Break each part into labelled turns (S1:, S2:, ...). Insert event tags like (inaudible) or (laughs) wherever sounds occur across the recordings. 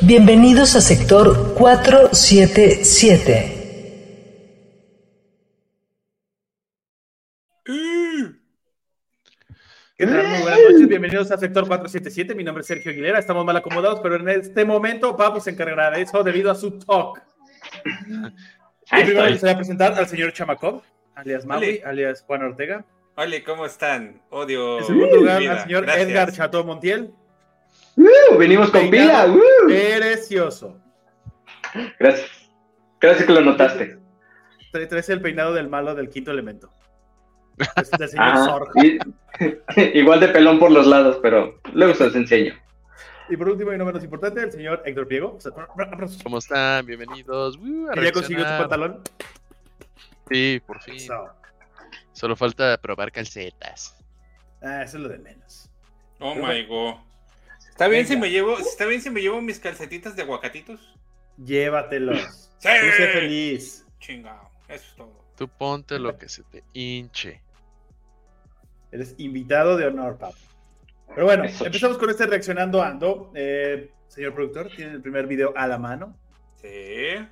S1: Bienvenidos a sector 477.
S2: ¿Qué tal? Muy buenas noches, bienvenidos a Sector 477. Mi nombre es Sergio Aguilera, estamos mal acomodados, pero en este momento Pablo se encargará de eso debido a su talk. Y primero les voy a presentar al señor Chamacov, alias Maui,
S3: Ole.
S2: alias Juan Ortega.
S3: Hola, ¿cómo están? Odio.
S2: En segundo
S3: mi
S2: lugar,
S3: vida.
S2: al señor
S3: Gracias.
S2: Edgar Chateau Montiel.
S4: ¡Uh! Venimos con pila.
S2: Peinado
S4: ¡uh!
S2: Precioso.
S4: Gracias. Gracias que lo notaste. (laughs)
S2: Trae traes el peinado del malo del quinto elemento. Es del señor
S4: Ajá.
S2: Zorg.
S4: Y- igual de pelón por los lados, pero luego se los enseño.
S2: Y por último y no menos importante, el señor Héctor Piego. O sea, aplausos.
S5: ¿Cómo están? Bienvenidos. Uh, a
S2: Que ya consiguió su
S5: reaccionar.
S2: pantalón.
S5: Sí, por fin.
S2: Eso.
S5: Solo falta probar calcetas.
S2: Ah, eso es lo de menos.
S3: Oh my god. ¿Está bien,
S2: Venga.
S3: si me llevo, ¿Está bien si me llevo mis calcetitas de aguacatitos?
S2: Llévatelos.
S3: (laughs) Sí.
S2: Tú sé feliz.
S3: Chingado, eso es todo.
S5: Tú ponte lo que se te hinche.
S2: Eres invitado de honor, Pablo. Pero bueno,
S4: Eso.
S2: empezamos con este reaccionando ando. Eh, señor productor, tiene el primer video a la mano.
S3: Sí.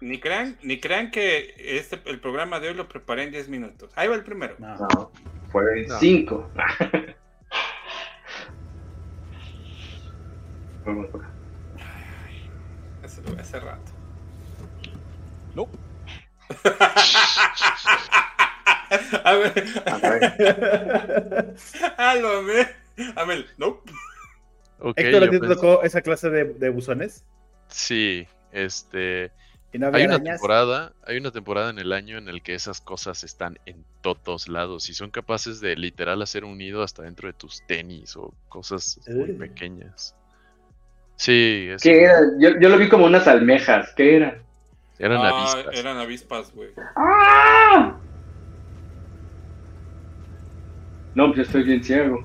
S3: Ni crean, ni crean que este, el programa de hoy lo preparé en 10 minutos. Ahí va el primero.
S2: No.
S4: No, fue
S5: No.
S4: cinco. Vamos por acá.
S3: Hace, hace rato.
S6: No.
S3: (laughs) A ver,
S4: A (laughs) ver.
S3: a lo ver. A ver, no.
S5: Ok,
S2: Héctor, ¿a
S5: yo pues.
S2: ti te
S5: pens-
S2: tocó esa clase de, de buzones?
S5: Sí, este.
S2: Y no había
S5: Hay una
S2: arañas.
S5: temporada, hay una temporada en el año en el que esas cosas están en todos lados y son capaces de literal hacer un nido hasta dentro de tus tenis o cosas muy
S2: Eh.
S5: pequeñas. Sí, es-
S4: ¿Qué era? Yo, yo lo vi como unas almejas. ¿Qué era?
S5: eran
S3: Ah,
S5: avispas.
S3: Eran avispas, güey.
S4: ¡Ah! No, pues yo estoy bien ciego.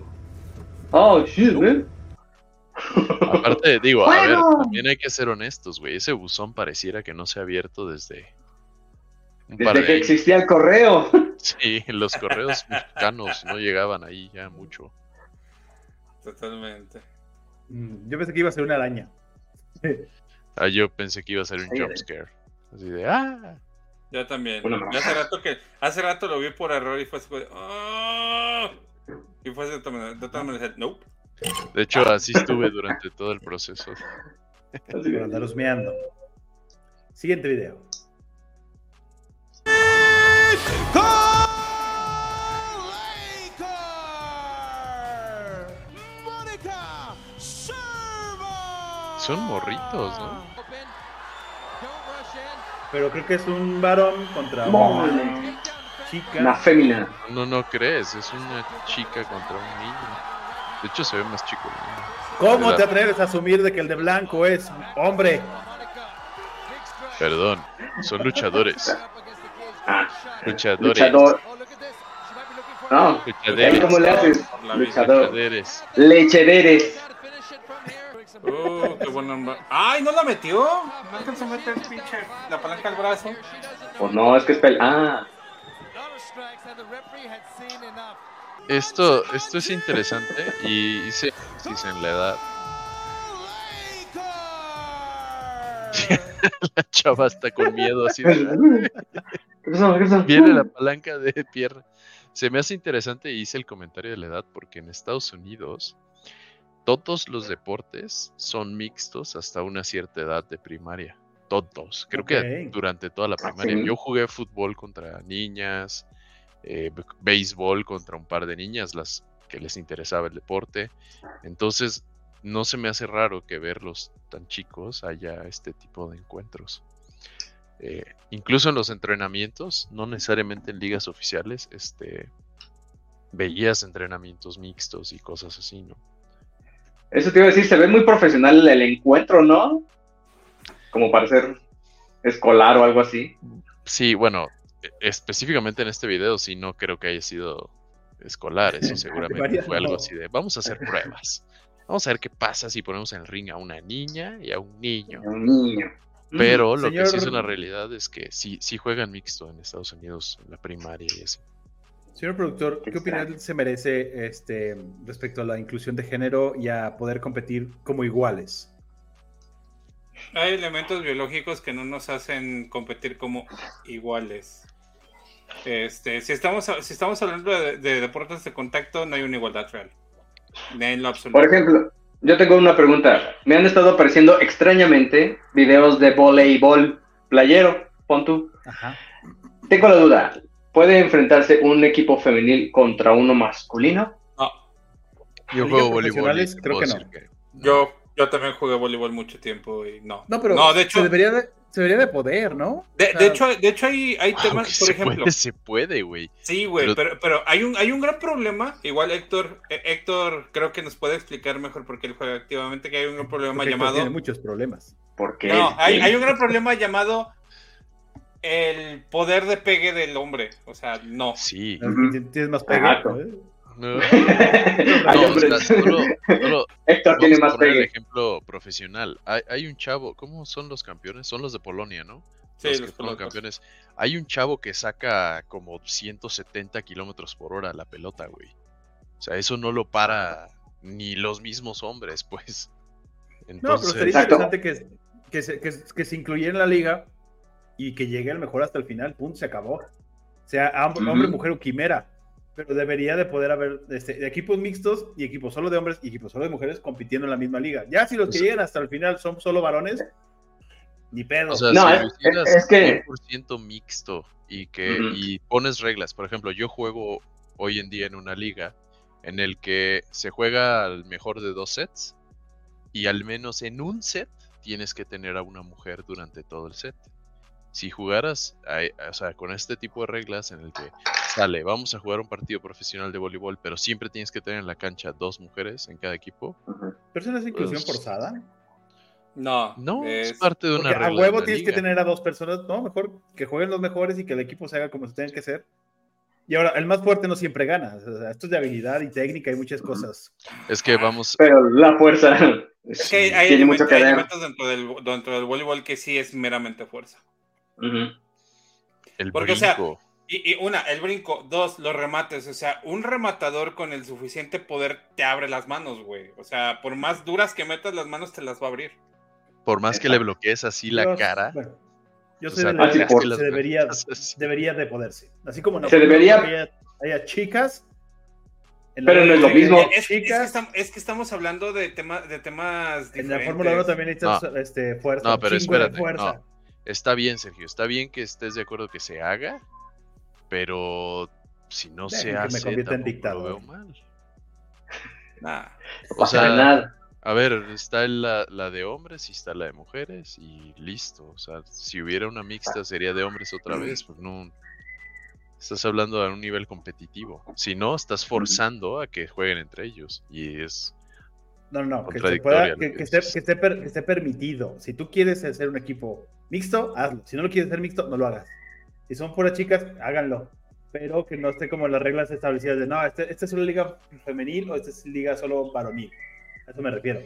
S4: Oh, shit, man.
S5: Aparte, digo, a ver,
S4: ¡Fuego!
S5: también hay que ser honestos, güey. Ese buzón pareciera que no se ha abierto desde un par
S4: Desde
S5: de
S4: que
S5: años.
S4: existía el correo.
S5: (laughs) Sí, los correos mexicanos no llegaban ahí ya mucho.
S3: Totalmente.
S2: Mm, Yo pensé que iba a ser
S4: (laughs)
S2: una araña.
S5: Ah, yo pensé que iba a ser un
S4: Ay,
S5: jumpscare. Así de, ah,
S3: Yo también.
S4: Una
S3: Yo hace
S4: mamá.
S3: rato que hace rato lo vi por error y fue así, como, "Ah". y fue así, de todas maneras- de todas maneras, nope.
S5: de hecho, así estuve durante todo el proceso.
S4: Así
S2: Por
S4: de-
S2: andar husmeando. Siguiente video.
S5: Son morritos, ¿no?
S2: Pero creo que es un varón contra una
S4: Mole.
S2: chica.
S4: Una fémina.
S5: No, no crees, es una chica contra un niño. De hecho, se ve más chico. el niño.
S2: ¿Cómo te atreves a asumir de que el de blanco es hombre?
S5: Perdón, son luchadores.
S4: Ah,
S5: Luchadores.
S4: luchador. No,
S5: Luchaderes.
S4: ¿cómo le haces?
S3: Por la
S4: Luchador.
S5: Luchaderes.
S4: Lechederes.
S3: Uh, qué buen nombre. ¡Ay, no la metió! No alcanzó a meter pinche la palanca al brazo.
S4: O no, es que es pel. Ah,
S5: Esto, esto es interesante y hice énfasis en la edad. (laughs) La chava está con miedo así de...
S4: ¿Qué pasó? ¿Qué pasó?
S5: Viene la palanca de pierna. Se me hace interesante y hice el comentario de la edad porque en Estados Unidos todos los deportes son mixtos hasta una cierta edad de primaria. Todos. pues, Creo que
S2: Ok.
S5: durante toda la
S4: Ah,
S5: primaria.
S4: sí.
S5: Yo jugué fútbol contra niñas, eh, b- béisbol contra un par de niñas, las que les interesaba el deporte. Entonces, no se me hace raro que verlos tan chicos haya este tipo de encuentros. Eh, incluso en los entrenamientos, no necesariamente en ligas oficiales, este, veías entrenamientos mixtos y cosas así, ¿no?
S4: Eso te iba a decir, se ve muy profesional el encuentro, ¿no? Como para ser escolar o algo así.
S5: Sí, bueno, e, específicamente en este video sí no creo que haya sido escolar,
S4: (laughs)
S5: eso seguramente fue algo así de vamos a hacer pruebas. Vamos a ver qué pasa si ponemos en el ring a una niña y a un niño.
S4: A un niño.
S5: Pero lo Señor... que sí es una realidad es que sí, sí juegan mixto en Estados Unidos, en la primaria y así.
S2: Señor productor, ¿qué opinión se merece este, respecto a la inclusión de género y a poder competir como iguales?
S3: Hay elementos biológicos que no nos hacen competir como iguales. Este, si, estamos, si estamos hablando de, de deportes de contacto, no hay una igualdad real. En lo absoluto.
S4: Por ejemplo, yo tengo una pregunta. Me han estado apareciendo extrañamente videos de voleibol playero, pon tú. Ajá. Tengo la duda. ¿Puede enfrentarse un equipo femenil contra uno masculino?
S3: No.
S5: Yo juego voleibol. y
S2: Creo que no.
S3: que no. Yo, yo también jugué voleibol mucho tiempo y no.
S2: No, pero
S3: no,
S2: de hecho, se, debería de, se debería de poder, ¿no?
S3: De, claro. de hecho, de hecho hay, hay temas, Aunque por
S5: se
S3: ejemplo.
S5: Puede, se puede, güey.
S3: Sí, güey, pero... pero, pero, hay, un, hay un gran problema. Igual Héctor, eh, Héctor creo que nos puede explicar mejor porque él juega activamente, que hay un gran problema
S2: Porque
S3: llamado.
S2: Tiene muchos problemas.
S4: Porque
S3: No, hay, hay un gran problema llamado el poder de pegue del hombre. O sea, no.
S5: Sí.
S2: Tienes más pegue.
S4: Exacto.
S2: ¿eh? (laughs)
S5: No, no, o sea, solo- solo-
S4: (laughs) Héctor tiene
S5: vamos a
S4: más
S5: poner el
S4: pegue.
S5: ejemplo profesional. Hay, hay un chavo, ¿cómo son los campeones? Son los de Polonia, ¿no?
S3: Sí,
S5: los que
S3: los
S5: fueron
S3: polacos.
S5: campeones. Hay un chavo que saca como 170 kilómetros por hora la pelota, güey. O sea, eso no lo para ni los mismos hombres, pues.
S2: No,
S5: Entonces,
S2: pero sería
S4: Exacto.
S2: interesante que, que, se, que, que se incluyera en la liga y que llegue el mejor hasta el final. Punto, se acabó. O sea, amb-
S4: Ujú.
S2: hombre, mujer o quimera. Pero debería de poder haber este, de equipos mixtos y equipos solo de hombres y equipos solo de mujeres compitiendo en la misma liga. Ya si los que
S5: Pues-
S2: llegan hasta el final son solo varones, ni pedo.
S5: o sea,
S4: No,
S5: si
S4: es-
S5: lo hicieras
S4: es que-
S5: 100% mixto y que
S4: Ujú.
S5: y pones reglas, por ejemplo, yo juego hoy en día en una liga en el que se juega al mejor de dos sets y al menos en un set tienes que tener a una mujer durante todo el set. Si jugaras, a- o sea, con este tipo de reglas en el que sale, vamos a jugar un partido profesional de voleibol, pero siempre tienes que tener en la cancha dos mujeres en cada equipo.
S4: Ujú.
S2: pero eso no es inclusión
S5: pues,
S2: forzada.
S3: No.
S5: No, es,
S3: es-
S5: parte de una
S2: Porque
S5: regla.
S2: a
S5: de
S2: huevo
S5: la
S2: tienes que
S5: liga.
S2: tener a dos personas, ¿no? Mejor que jueguen los mejores y que el equipo se haga como se tenga que hacer. Y ahora, el más fuerte no siempre gana. O sea, esto es de habilidad y técnica y muchas cosas.
S5: Es que vamos,
S4: Pero la fuerza
S3: Es que hay, hay
S4: tiene
S3: elementos,
S4: mucho que
S3: hay
S4: ver.
S3: elementos dentro, del, dentro del voleibol que sí es meramente fuerza.
S4: Ujú.
S5: el
S3: Porque,
S5: brinco.
S3: o sea, Y, y una, el brinco. Dos, los remates. O sea, un rematador con el suficiente poder te abre las manos, güey. O sea, por más duras que metas las manos, te las va a abrir.
S5: Por más que le
S4: Exacto.
S5: bloquees así la
S2: Yo-
S5: cara.
S2: bueno, yo
S5: o
S2: soy
S5: sea,
S2: de la
S4: así
S2: idea
S4: por-
S2: que
S5: las-
S4: (laughs)
S2: se debería,
S5: así.
S2: debería de poderse. Así como
S4: Se debería-
S2: Haya, haya chicas. en
S4: Pero no es lo
S2: Fórmula
S4: mismo.
S2: uno
S3: Es, es que
S2: Chicas.
S3: estam- es que estamos hablando de, tema, de temas
S2: En la
S3: diferentes.
S2: Fórmula 1 también necesitas este, fuerza.
S5: No, pero
S2: un chingo de
S5: espérate,
S2: fuerza.
S5: Está bien, Sergio. Está bien que estés de acuerdo que se haga. Pero si no
S2: Dejen que
S5: se
S2: me
S5: hace,
S2: convierta en
S5: tampoco lo
S2: dictador.
S5: veo mal.
S3: Nah.
S4: No
S5: O
S4: pasa
S5: sea,
S4: nada.
S5: A ver, está la, la de hombres y está la de mujeres y listo. O sea, si hubiera una mixta sería de hombres otra vez. Pues no. Estás hablando a un nivel competitivo. Si no, estás forzando a que jueguen entre ellos. Y es.
S2: No, no, no, que, se
S5: Contradictoria
S2: pueda,
S5: lo
S2: que,
S5: que
S2: que esté,
S5: dices.
S2: que esté per- que esté permitido. Si tú quieres hacer un equipo mixto, hazlo. Si no lo quieres hacer mixto, no lo hagas. Si son puras chicas, háganlo. Pero que no esté como las reglas establecidas de no, este- esta es una liga femenil o esta es liga solo varonil. A eso me refiero.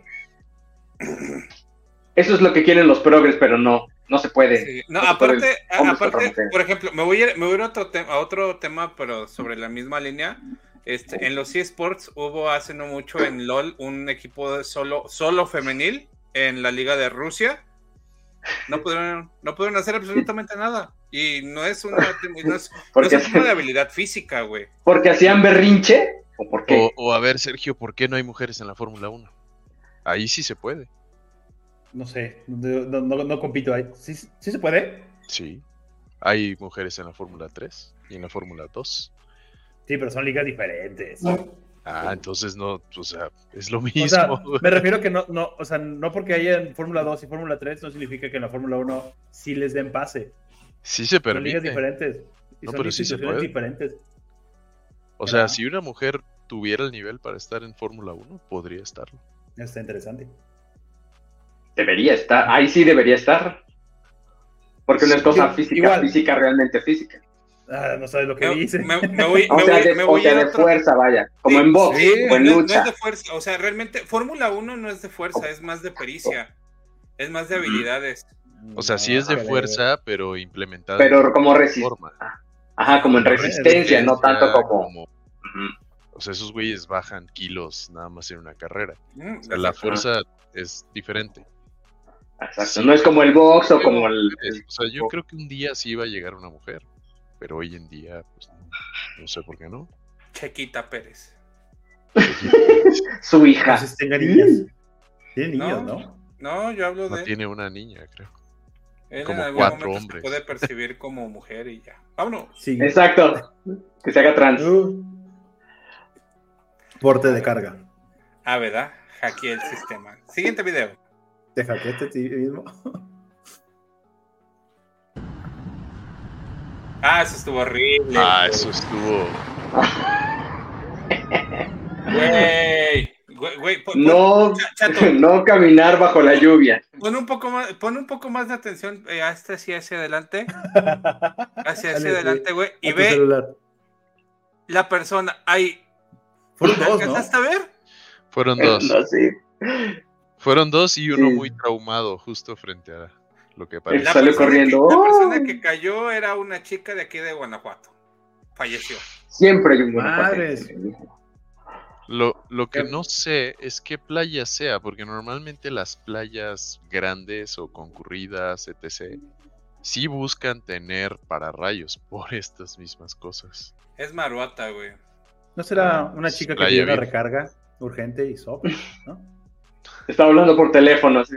S4: Eso es lo que quieren los progres, pero no, no se puede.
S3: Sí. No,
S4: No se
S3: aparte,
S4: pueden
S3: a-
S4: hombres contra
S3: aparte
S4: mujeres.
S3: por ejemplo, me voy a ir, me voy a, ir a otro tema, a otro tema, pero sobre la misma línea. Este, en los eSports hubo hace no mucho en LOL un equipo de solo, solo femenil en la Liga de Rusia. No pudieron, no pudieron hacer absolutamente nada. Y no es una, no es, no es
S4: (laughs) Porque,
S3: un tema de habilidad física, güey.
S4: porque hacían berrinche o por qué.
S5: O, o a ver, Sergio, ¿por qué no hay mujeres en la Fórmula 1? Ahí sí se puede.
S2: No sé, no, no- no- no compito ahí. ¿Sí, sí se puede?
S5: Sí. Hay mujeres en la Fórmula 3 y en la Fórmula 2.
S2: Sí, pero son ligas diferentes.
S5: Ah, entonces no, o sea, es lo
S2: O sea,
S5: mismo. güey.
S2: (laughs) me refiero que no, no, o sea, no porque haya en Fórmula 2 y Fórmula 3 no significa que en la Fórmula 1 sí les den pase.
S5: (laughs) sí se
S2: Son ligas
S5: permite.
S2: diferentes. Y
S5: No,
S2: son
S5: pero sí se
S2: instituciones
S5: puede.
S2: diferentes.
S5: O sea, si una mujer tuviera el nivel para estar en Fórmula 1, podría estarlo.
S2: Está interesante.
S4: Debería estar, ahí sí debería estar. Porque no es cosa
S2: Sí,
S4: física,
S2: igual.
S4: física realmente física.
S2: Ah, no sabes lo que
S3: Me,
S2: dice.
S3: me- me
S2: (laughs)
S3: voy,
S4: O
S3: me
S4: sea,
S3: voy-
S4: de,
S3: me
S4: o
S3: voy
S4: sea,
S3: a ir a
S4: de
S3: otro-
S4: fuerza, vaya. Como
S3: Sí,
S4: en box
S3: sí,
S4: o en
S3: no es-
S4: lucha.
S3: No es de fuerza, o sea, realmente Fórmula 1 no es de fuerza, es más de pericia, es más de habilidades.
S5: O sea,
S2: Ah,
S5: sí es de fuerza, pero implementada
S4: Pero como
S5: de
S4: resistencia.
S5: forma.
S4: Ajá, como en resistencia, no tanto como. Ujú.
S5: O sea, esos güeyes bajan kilos nada más en una carrera.
S3: Mm,
S5: O sea, la fuerza es diferente.
S4: Exacto. No es como el box o como el.
S5: Mujeres, O sea, yo creo que un día sí iba a llegar una mujer, pero hoy en día, pues no, no sé por qué no.
S3: Chequita Pérez.
S4: Su
S2: No
S4: hija.
S2: sé si tenga niñas. Tiene
S3: No.
S2: niños, ¿no?
S3: No, yo hablo
S5: No
S3: de
S5: tiene una niña, creo.
S3: él
S5: como
S3: en algún
S5: cuatro
S3: momento
S5: hombres.
S3: se puede percibir como mujer y ya. Vámonos.
S2: Sí.
S4: Exacto. Que se haga trans.
S2: Uh. Porte de carga.
S3: Ah, ¿verdad? Hackeé el sistema. Siguiente video.
S2: Te hackeaste a ti mismo.
S3: Ah, eso estuvo horrible.
S5: Ah, eso estuvo.
S3: Güey. Güey, güey, pon,
S4: No, (laughs)
S3: Chato.
S4: no caminar bajo la lluvia.
S3: pon un poco más, pon un poco más de atención eh, hasta hacia hacia adelante, hacia
S2: Dale,
S3: hacia
S2: güey.
S3: adelante, güey, y
S2: A tu
S3: ve
S2: celular.
S3: la persona ahí.
S2: Fueron
S3: ¿La
S2: dos, ¿no?
S3: alcanzaste a ver?
S5: Fueron dos.
S4: (laughs) No, sí.
S5: Fueron dos y uno
S4: Sí.
S5: muy traumado, justo frente a lo que
S4: Y
S5: parece.
S4: salió
S3: persona
S4: corriendo.
S3: que- la
S4: ¡Oh!
S3: persona que cayó era una chica de aquí de Guanajuato. Falleció.
S4: Siempre hay un buen
S2: Madres.
S4: paciente.
S5: Lo, lo que
S4: Em,
S2: Qué-
S5: no sé es qué playa sea, porque normalmente las playas grandes o concurridas, etc., sí buscan tener pararrayos (laughs) por estas mismas cosas.
S3: Es Maruata,
S2: (laughs)
S3: güey.
S2: ¿No será
S5: Ah,
S2: una chica que
S5: Playa
S2: tiene una
S5: Virgen.
S2: recarga urgente y sopla, ¿no?
S4: Estaba hablando por teléfono. así.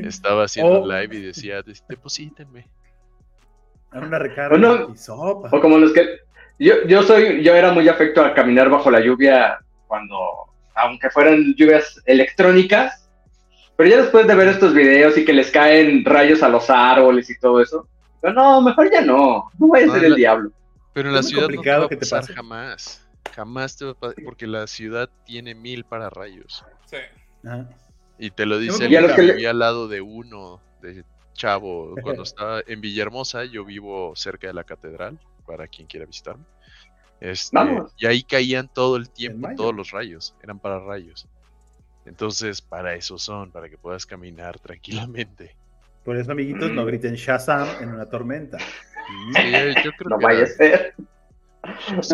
S5: Estaba haciendo
S2: Oh.
S5: live y decía, "Des- deposítenme.
S2: Era (laughs) Una recarga
S4: Bueno,
S2: y sopa.
S4: O como los que. Yo, yo soy, yo era muy afecto a caminar bajo la lluvia cuando, aunque fueran lluvias electrónicas, pero ya después de ver estos videos y que les caen rayos a los árboles y todo eso, yo, no, mejor ya no, no vaya a ser
S5: Ah,
S4: el
S5: la-
S4: diablo.
S5: Pero en la
S2: Es muy
S5: ciudad no te
S2: complicado
S5: va a
S2: que te
S5: pasar
S2: pase.
S5: jamás. Jamás te va a pasar, porque la ciudad tiene mil pararrayos.
S3: Sí.
S2: Ajá.
S5: Y te lo dice
S2: muy
S5: alguien que
S4: complicado.
S5: vivía al lado de uno, de chavo, cuando estaba en Villahermosa, yo vivo cerca de la catedral, para quien quiera visitarme. Este,
S4: Vamos.
S5: y ahí caían todo el tiempo,
S2: mayo.
S5: todos los rayos, eran para rayos. Entonces, para eso son, para que puedas caminar
S3: (laughs)
S5: tranquilamente.
S2: Por eso, amiguitos,
S4: mm.
S2: no griten Shazam en una tormenta.
S5: Sí, yo creo
S4: No
S5: que era-
S4: vaya a ser
S2: (laughs)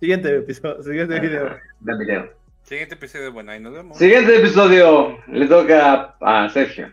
S2: Siguiente Este episodio, siguiente video.
S4: del video.
S3: Siguiente episodio, bueno, ahí nos vemos.
S4: Siguiente episodio, le toca a Sergio.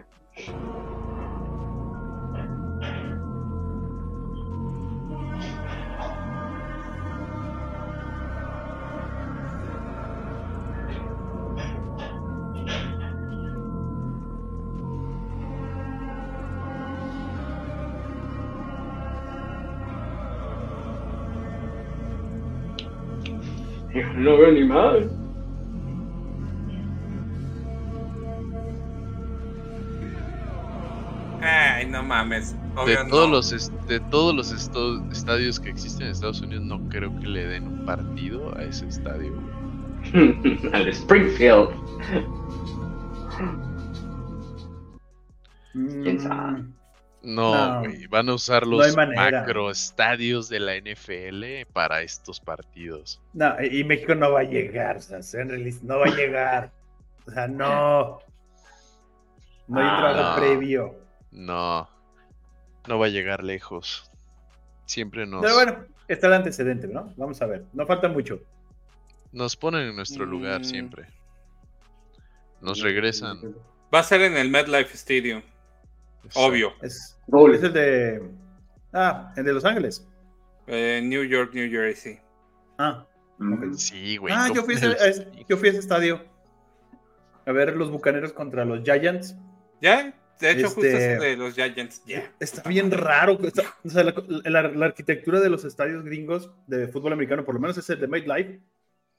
S4: No veo ni mal.
S3: Ay, no mames.
S5: de
S3: Obvio,
S5: todos
S3: no.
S5: los est- de todos los esto- estadios que existen en Estados Unidos no creo que le den un partido a ese estadio.
S4: (laughs) al Springfield.
S2: Mm,
S4: sabe?
S5: No,
S2: No.
S5: güey, van a usar
S2: No
S5: los
S2: hay manera.
S5: macro estadios de la NFL para estos partidos.
S2: no, y y México no va a llegar, o sea, sean realistas, no va a llegar. O sea, no. No hay un
S4: Ah,
S2: trabajo
S5: no.
S2: previo.
S5: No, no va a llegar lejos. Siempre nos,
S2: Pero bueno, está el antecedente, ¿no? Vamos a ver. No falta mucho.
S5: nos ponen en nuestro lugar
S3: Mm.
S5: siempre. Nos regresan.
S3: Va a ser en el MetLife Stadium. Obvio.
S2: Es,
S4: Doble.
S2: es el de. Ah, el de Los Ángeles.
S3: Eh, New York, New Jersey.
S2: Ah,
S4: Mm.
S5: Sí, güey.
S2: ah yo,
S5: ¿cómo
S2: fui a ese, a
S5: les-
S2: ese- yo fui a ese estadio. A ver los bucaneros contra los Giants.
S3: ¿Ya? De hecho, justo
S2: Este-
S3: es de los Giants. Ya.
S2: Está bien raro. está- o sea, la, la- la arquitectura de los estadios gringos de fútbol americano, por lo menos es el de MetLife,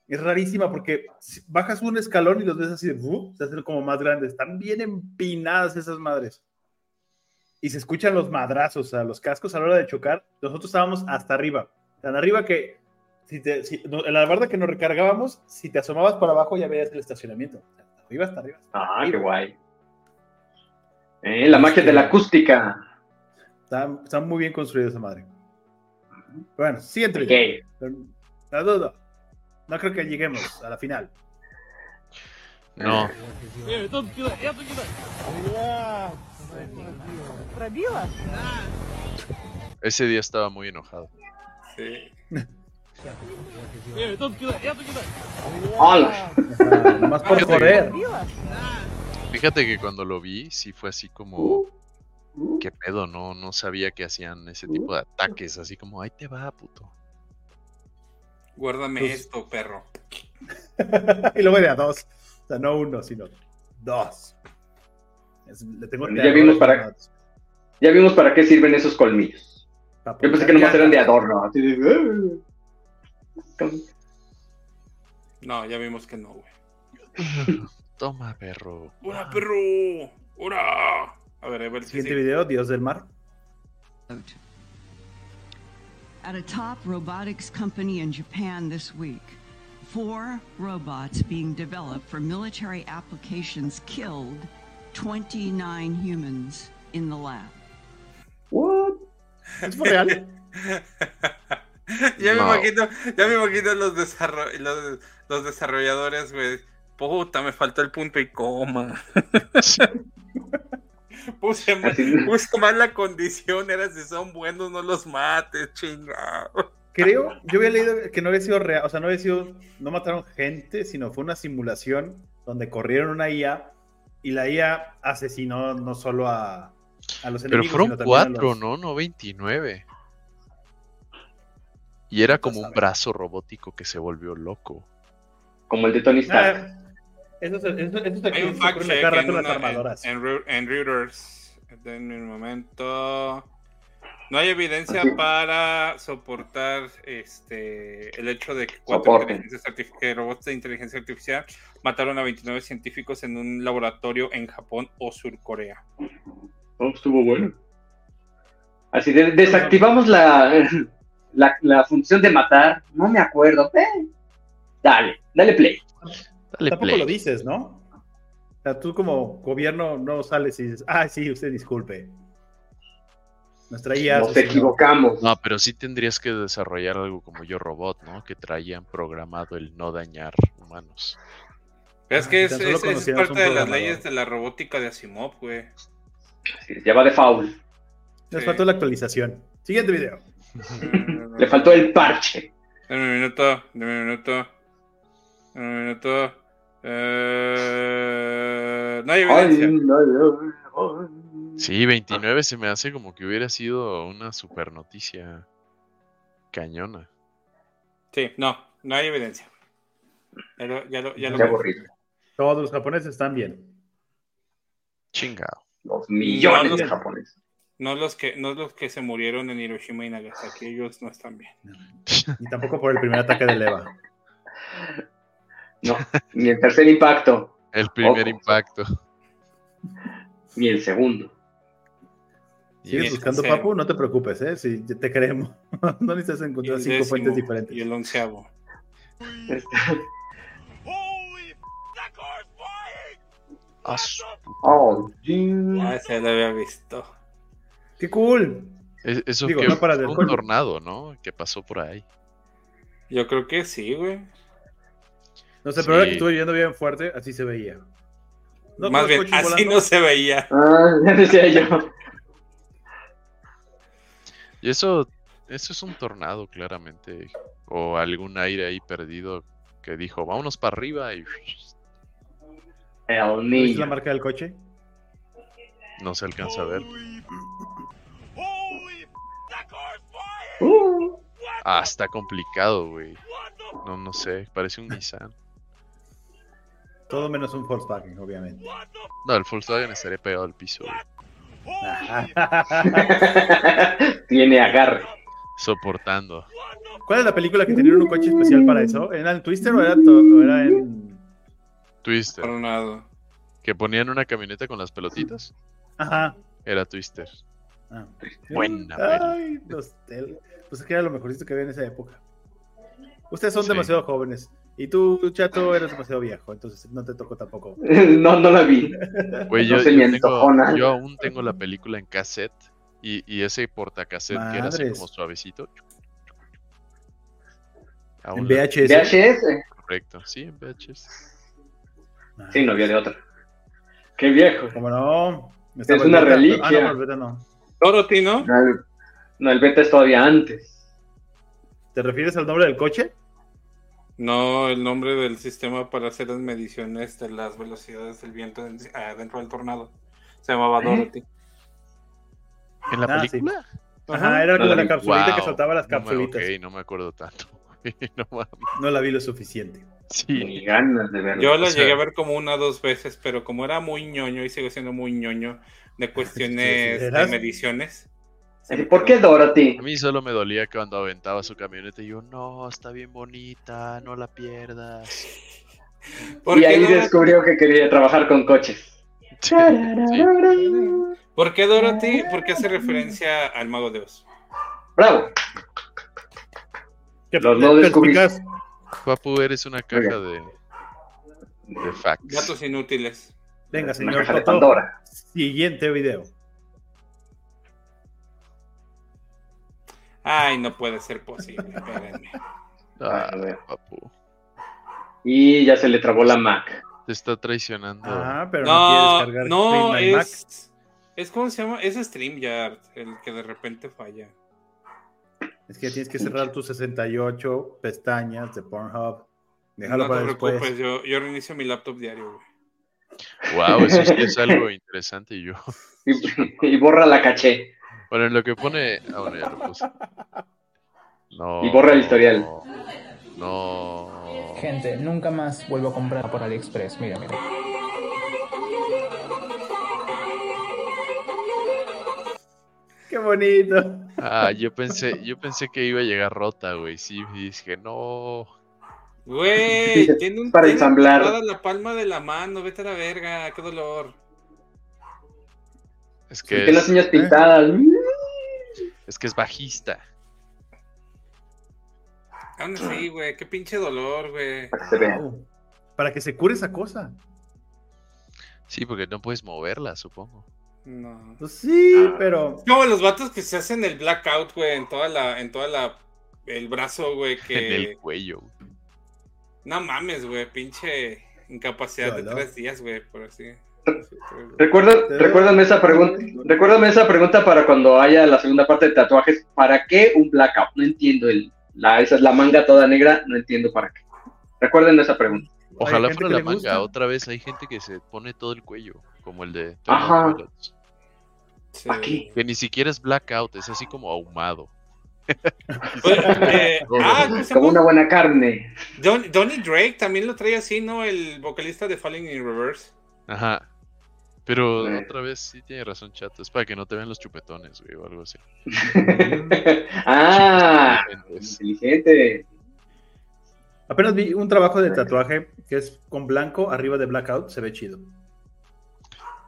S2: es rarísima porque si- bajas un escalón y los ves así de "Uh", se hacen como más grandes. Están bien empinadas esas madres. Y se escuchan los madrazos, o sea, los cascos a la hora de chocar. Nosotros estábamos hasta arriba, tan arriba que si te, si, no, la verdad que nos recargábamos, si te asomabas por abajo ya veías el estacionamiento. Hasta arriba, hasta arriba. Hasta
S4: Ah,
S2: arriba.
S4: qué guay. Eh, la magia de la acústica.
S2: Está, está muy bien construida esa madre. Bueno, siguiente
S4: Ok.
S2: video. Pero, La dudo. No creo que lleguemos a la final. (laughs)
S5: No,
S2: Eh,
S5: ese día estaba muy enojado.
S3: Sí.
S2: (laughs)
S4: Hola.
S2: Nomás por
S5: Fíjate que-
S2: joder.
S5: Fíjate que cuando lo vi, sí fue así como. ¿Qué pedo? No, no sabía que hacían ese tipo de ataques, así como, ahí te va, puto.
S3: Guárdame
S2: Pues-
S3: esto, perro.
S2: y luego de a dos. O sea, no uno, sino dos. Es- le tengo
S4: Bueno, ya
S2: terror
S4: vimos
S2: a los
S4: para-
S2: granados.
S4: Ya vimos para qué sirven esos colmillos.
S2: Para
S4: Yo pensé
S2: apuntar
S4: que nomás
S2: ya.
S4: eran de adorno. así de- "Ah".
S3: No, ya vimos que no, güey.
S5: Toma, perro.
S3: ¡Hora, perro! ¡Hora! A ver, a ver si
S2: Siguiente video, Dios del Mar.
S7: At a top robotics company in Japan this week, four robots being developed for military applications killed 29 humans in the lab.
S4: What?
S2: ¿Es por real?
S3: (laughs) ya, me
S5: No.
S3: imagino, ya me imagino los, desarro- los, los desarrolladores, güey. Puta, me faltó el punto y coma. (laughs) Puse mal,
S4: Así.
S3: puse mal la condición, era si son buenos no los mates, chingado. Ah,
S2: Creo, yo había leído que no había sido real, o sea, no había sido, no mataron gente, sino fue una simulación donde corrieron una IA y la IA asesinó no solo a, a los
S5: Pero
S2: enemigos,
S5: fueron
S2: sino también a
S5: cuatro,
S2: los-
S5: ¿no? No 29. Y era como un
S2: sabe.
S5: brazo robótico que se volvió loco.
S4: Como el de Tony Stark.
S2: Ah, eso, es- eso, eso es
S3: Hay un
S2: se
S3: fact
S2: ocurre
S3: check
S2: cada rato
S3: en,
S2: en las
S3: una-
S2: armadoras.
S3: en- en Reu- en Reuters. Denme un momento. No hay evidencia
S4: Así.
S3: para soportar este el hecho de que cuatro
S4: Soporte.
S3: inteligencias artif- que robots de inteligencia artificial mataron a 29 científicos en un laboratorio en Japón o Sur Corea.
S4: Oh, estuvo bueno. Así de- desactivamos la, (laughs) la, la función de matar. No me acuerdo. eh. Dale, dale play.
S5: Dale
S2: Tampoco lo
S5: play.
S2: dices, ¿no? O sea, tú como gobierno no sales y dices, ah, sí, usted disculpe. Nuestra IA.
S4: Nos
S2: asesinó".
S4: equivocamos.
S5: No, pero sí tendrías que desarrollar algo como Yo Robot, ¿no? Que traían programado el no dañar humanos.
S3: Es
S2: Ah,
S3: que
S2: si
S3: es,
S2: tan solo
S3: es- es
S2: conociéramos
S3: parte de
S2: un
S3: las
S2: programador.
S3: leyes de la robótica de Asimov, güey.
S4: Así es, Ya va de foul.
S2: Nos
S3: Sí.
S2: faltó la actualización. Siguiente video.
S4: Le faltó el parche.
S3: Dame un minuto, dame un minuto. Dame un minuto. Eh, no hay
S4: Ay,
S3: evidencia.
S4: ay, ay.
S5: Sí, 29 se me hace como que hubiera sido una super noticia cañona.
S3: Sí, no, no hay evidencia. Ya lo, ya lo, ya lo
S4: Qué aburrido.
S2: Todos los japoneses están bien.
S5: Chingado.
S4: Los millones
S3: No, no.
S4: de japoneses.
S3: No los que, no los que se murieron en Hiroshima y Nagasaki, ellos no están bien.
S2: Y tampoco por el primer ataque
S5: (laughs)
S2: de Leva.
S4: No, ni el tercer impacto,
S5: El primer
S4: Ojo.
S5: impacto.
S4: ni el segundo.
S5: Y
S2: Sigues
S5: el-
S2: buscando,
S3: sí.
S2: Papu, no te preocupes, ¿eh? Si te creemos. (laughs) No necesitas
S3: Y el
S2: encontrar cinco
S3: décimo,
S2: fuentes
S3: Y
S2: diferentes.
S3: el onceavo.
S5: Ah, su-
S4: Oh, yeah.
S3: Ya se lo había visto.
S2: ¡Qué cool!
S5: es- Eso
S2: Digo,
S5: que
S2: no para
S5: fue
S2: del
S5: un
S2: colmo.
S5: tornado, ¿no? Que pasó por ahí.
S3: Yo creo que sí, güey.
S2: No sé,
S5: Sí.
S2: pero ahora que estuve viendo bien fuerte, así se veía. No,
S3: Más
S2: los
S3: bien,
S2: coches
S3: así
S2: volando.
S3: no se veía.
S4: Ah, (laughs) ya decía yo.
S5: Y eso, eso es un tornado, claramente. O algún aire ahí perdido que dijo, vámonos para arriba y
S4: El
S2: ¿Viste la
S4: niño.
S2: marca del coche?
S5: no se alcanza a ver.
S4: Uh,
S5: Ah, está complicado, güey. No, no sé, parece un Nissan.
S2: Todo menos un Volkswagen, obviamente.
S5: No, el Volkswagen estaría pegado al piso, güey.
S4: (laughs) Tiene agarre.
S5: Soportando.
S2: ¿Cuál es la película que tenía un coche especial para eso? ¿Era en Twister o era, to- o era en.?
S5: Twister.
S3: Tornado.
S5: Que ponían una camioneta con las pelotitas.
S2: Ajá.
S5: Era Twister.
S2: Ah.
S5: Buena
S2: Ay, los tel- Pues es que era lo mejorcito que había en esa época. Ustedes son
S5: Sí.
S2: demasiado jóvenes. Y tú, chato, eres demasiado viejo, entonces no te tocó tampoco.
S4: (laughs) (laughs) No, no la vi.
S5: Güey,
S4: No
S5: yo,
S4: se
S5: yo
S4: me
S5: tengo-
S4: antojó nada.
S5: yo aún tengo la película en cassette y, y ese portacassette que era así
S2: Madres.
S5: como suavecito. Aún
S2: En
S5: la-
S2: VHS.
S4: VHS.
S5: Correcto, sí, en VHS.
S2: Ah,
S4: Sí, no había de otra. Qué viejo.
S2: ¿Cómo no?
S4: Es una
S2: Volveta, pero- Ah,
S4: reliquia.
S2: no, Volveta no.
S3: Dorothy, ¿no?
S4: No, el- no, el beta es todavía antes.
S2: ¿Te refieres al nombre del coche?
S3: No, el nombre del sistema para hacer las mediciones de las velocidades del viento en- ah, dentro del tornado. Se llamaba
S4: ¿Eh?
S3: Dorothy.
S5: ¿En la
S2: Ah, sí.
S5: película?
S2: Ajá, era como
S4: No la
S2: la
S4: vi.
S2: capsulita que
S5: Wow.
S2: soltaba las
S5: No me-
S2: capsulitas.
S5: ok, no me acuerdo tanto. güey, (laughs) no mames.
S2: No la vi lo suficiente.
S5: Sí,
S4: Ni ganas de verlo.
S3: Yo la
S5: O sea-
S3: llegué a ver como una o dos veces, pero como era muy ñoño y sigo siendo muy ñoño
S4: (laughs)
S3: de cuestiones
S2: Sí, sí,
S3: de
S2: ¿eras?
S3: mediciones.
S4: Así, ¿Por qué Dorothy?
S5: A mí solo me dolía cuando aventaba su camioneta y yo, no, está bien bonita, Ah, no la
S2: (laughs)
S5: pierdas.
S3: ¿Por
S4: y
S3: qué
S4: ahí
S3: Dorothy?
S4: descubrió que quería trabajar con coches.
S5: Sí, sí.
S3: ¿Por qué Dorothy?
S2: Ah.
S3: ¿Por qué hace referencia al Mago de Oz?
S4: Bravo.
S2: ¿Qué-
S4: Los no
S2: qué
S4: descubriste.
S2: explicas?
S5: Papu, eres una caja de, de facts.
S3: Datos inútiles.
S2: Venga,
S4: Es una
S2: señor
S4: caja de
S2: Toto,
S4: Pandora.
S2: Siguiente video.
S3: Ay, no puede ser posible. espérenme.
S5: Ah,
S4: A ver.
S5: papu,
S4: Y ya se le trabó la Mac.
S5: te está traicionando.
S2: Ah, pero no,
S3: No,
S2: quieres cargar
S3: no,
S2: Clean My Mac.
S3: es. Es como se llama, es StreamYard, el que de repente falla.
S2: Es que tienes que cerrar tus 68 pestañas de Pornhub. Déjalo
S3: No
S2: para
S3: te
S2: después.
S3: preocupes, yo, yo reinicio mi laptop diario, güey.
S5: Wow, eso sí es
S2: (laughs)
S5: algo interesante. Y yo,
S4: Y, (laughs) y borra la caché.
S5: bueno, en lo que pone. Ah, bueno, ya lo puse. No.
S4: Y borra el historial.
S5: No.
S8: Gente, nunca más vuelvo a comprar por AliExpress. Mira, mira.
S2: Qué bonito.
S5: Ah, yo pensé, yo pensé que iba a llegar rota, güey. Sí, y dije, no.
S3: Güey, tiene un
S4: Para
S3: tiene
S4: ensamblar.
S3: tatuada la palma de la mano, vete a la verga, qué dolor.
S5: Es
S4: Y
S5: que
S4: que las
S5: es,
S4: uñas pintadas.
S5: es que es bajista.
S3: Aún así, güey, qué pinche dolor, güey.
S4: Para que se vea.
S2: Wow. Para que se cure esa cosa.
S5: Sí, porque no puedes moverla, supongo.
S3: No.
S2: Pues sí,
S4: Ah.
S2: pero.
S3: Es como los vatos que se hacen el blackout, güey, en toda la, en toda la, el brazo, güey,
S5: (laughs) En el
S3: que.
S5: cuello. güey.
S3: No mames, güey, pinche incapacidad de
S2: Dolor.
S3: tres días, güey, por así.
S4: Recuerda,
S2: Te-
S4: recuérdame esa pregunta. Recuérdame esa pregunta para cuando haya la segunda parte de tatuajes. ¿Para qué un blackout? No entiendo el, la, esa es la manga toda negra. No entiendo para qué. Recuerden esa pregunta.
S5: Ojalá
S2: gente
S5: fuera
S2: que
S5: la
S2: le
S5: manga.
S2: gusta.
S5: Otra vez hay gente que se pone todo el cuello, como el de.
S4: Ajá.
S5: Thunderbolts,
S3: Sí.
S4: Aquí.
S5: Que ni siquiera es blackout, es así como ahumado.
S3: Güey,
S5: (laughs)
S3: eh, ah, ¿cómo se
S4: (laughs) Como
S3: llama?
S4: una buena carne.
S3: Don- Donny Drake también lo trae así, ¿no? El vocalista de Falling in Reverse.
S5: Ajá. Pero
S4: Güey.
S5: otra vez sí tiene razón, chato. Es para que no te vean los chupetones, güey, o algo así.
S4: (laughs) ah,
S5: Chupetones.
S4: inteligente.
S2: Apenas vi un trabajo de tatuaje que es con blanco arriba de blackout. Se ve chido.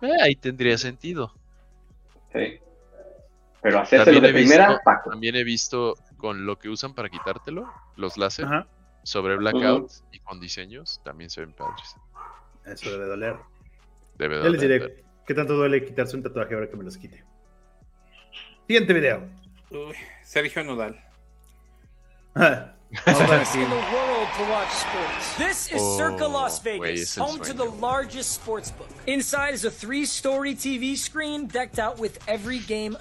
S5: Eh, ahí tendría sentido.
S4: Sí. Pero hacérselo
S5: También
S4: de
S5: he visto-
S4: primera, Paco.
S5: También he visto con lo que usan para quitártelo, los láser,
S2: Ajá.
S5: sobre blackout y con diseños, también se ven padres.
S2: Eso debe doler.
S5: Debe
S2: Ya les
S5: doler,
S2: diré qué tanto duele quitarse un tatuaje ahora que me los quite. Siguiente video.
S3: Uy, Sergio
S2: (laughs)
S3: Nodal.
S2: Ahora sí.
S9: in the world to watch sports. This is
S5: Oh,
S9: Circa Las
S5: wait,
S9: Vegas,
S5: it's
S9: home to the
S5: insane.
S9: largest sports book. Inside is a three-story TV screen decked out with every game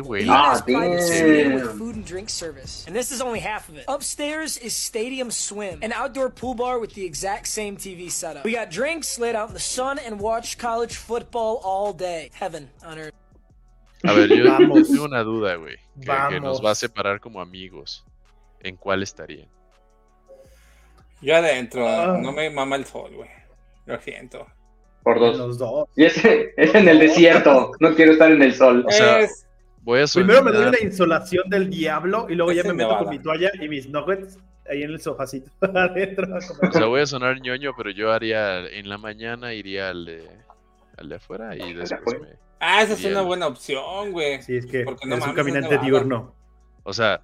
S5: Ve, güey.
S9: Even has
S4: Ah,
S9: private
S4: damn.
S9: seating with food and drink service. And this is only half of it. Upstairs is Stadium Swim, an outdoor pool bar with the exact same TV setup. We got drinks laid out in the sun and watched college football all day. Heaven on earth.
S5: A ver, yo, yo
S2: Vamos.
S5: tengo una duda, güey, que, que nos va a
S2: Vamos.
S5: separar como amigos. ¿En cuál estarían?
S3: Yo adentro,
S2: Ah.
S3: no me mama el sol, güey. Lo siento.
S4: Por dos.
S2: Los dos.
S4: Y ese (laughs) es en el desierto. No quiero estar en el sol.
S5: O sea,
S3: Es-
S5: Voy a
S2: Primero me doy
S5: soñar-
S2: la insolación del diablo y luego ya
S3: Ese
S2: me
S3: me
S2: meto
S3: va a
S2: con
S3: dar.
S2: mi toalla y mis nuggets ahí en el sofacito (laughs) adentro. a comer.
S5: O
S4: (laughs)
S5: sea, voy a sonar ñoño, pero yo haría en la mañana iría al de, al de afuera y después
S4: afuera.
S5: me.
S3: Ah, esa es
S5: Bien.
S3: una buena opción, güey.
S2: Sí, es que
S3: Porque no mames,
S2: eres un
S3: es
S2: caminante
S3: nevada.
S2: diurno.
S5: O
S4: (laughs)
S5: sea,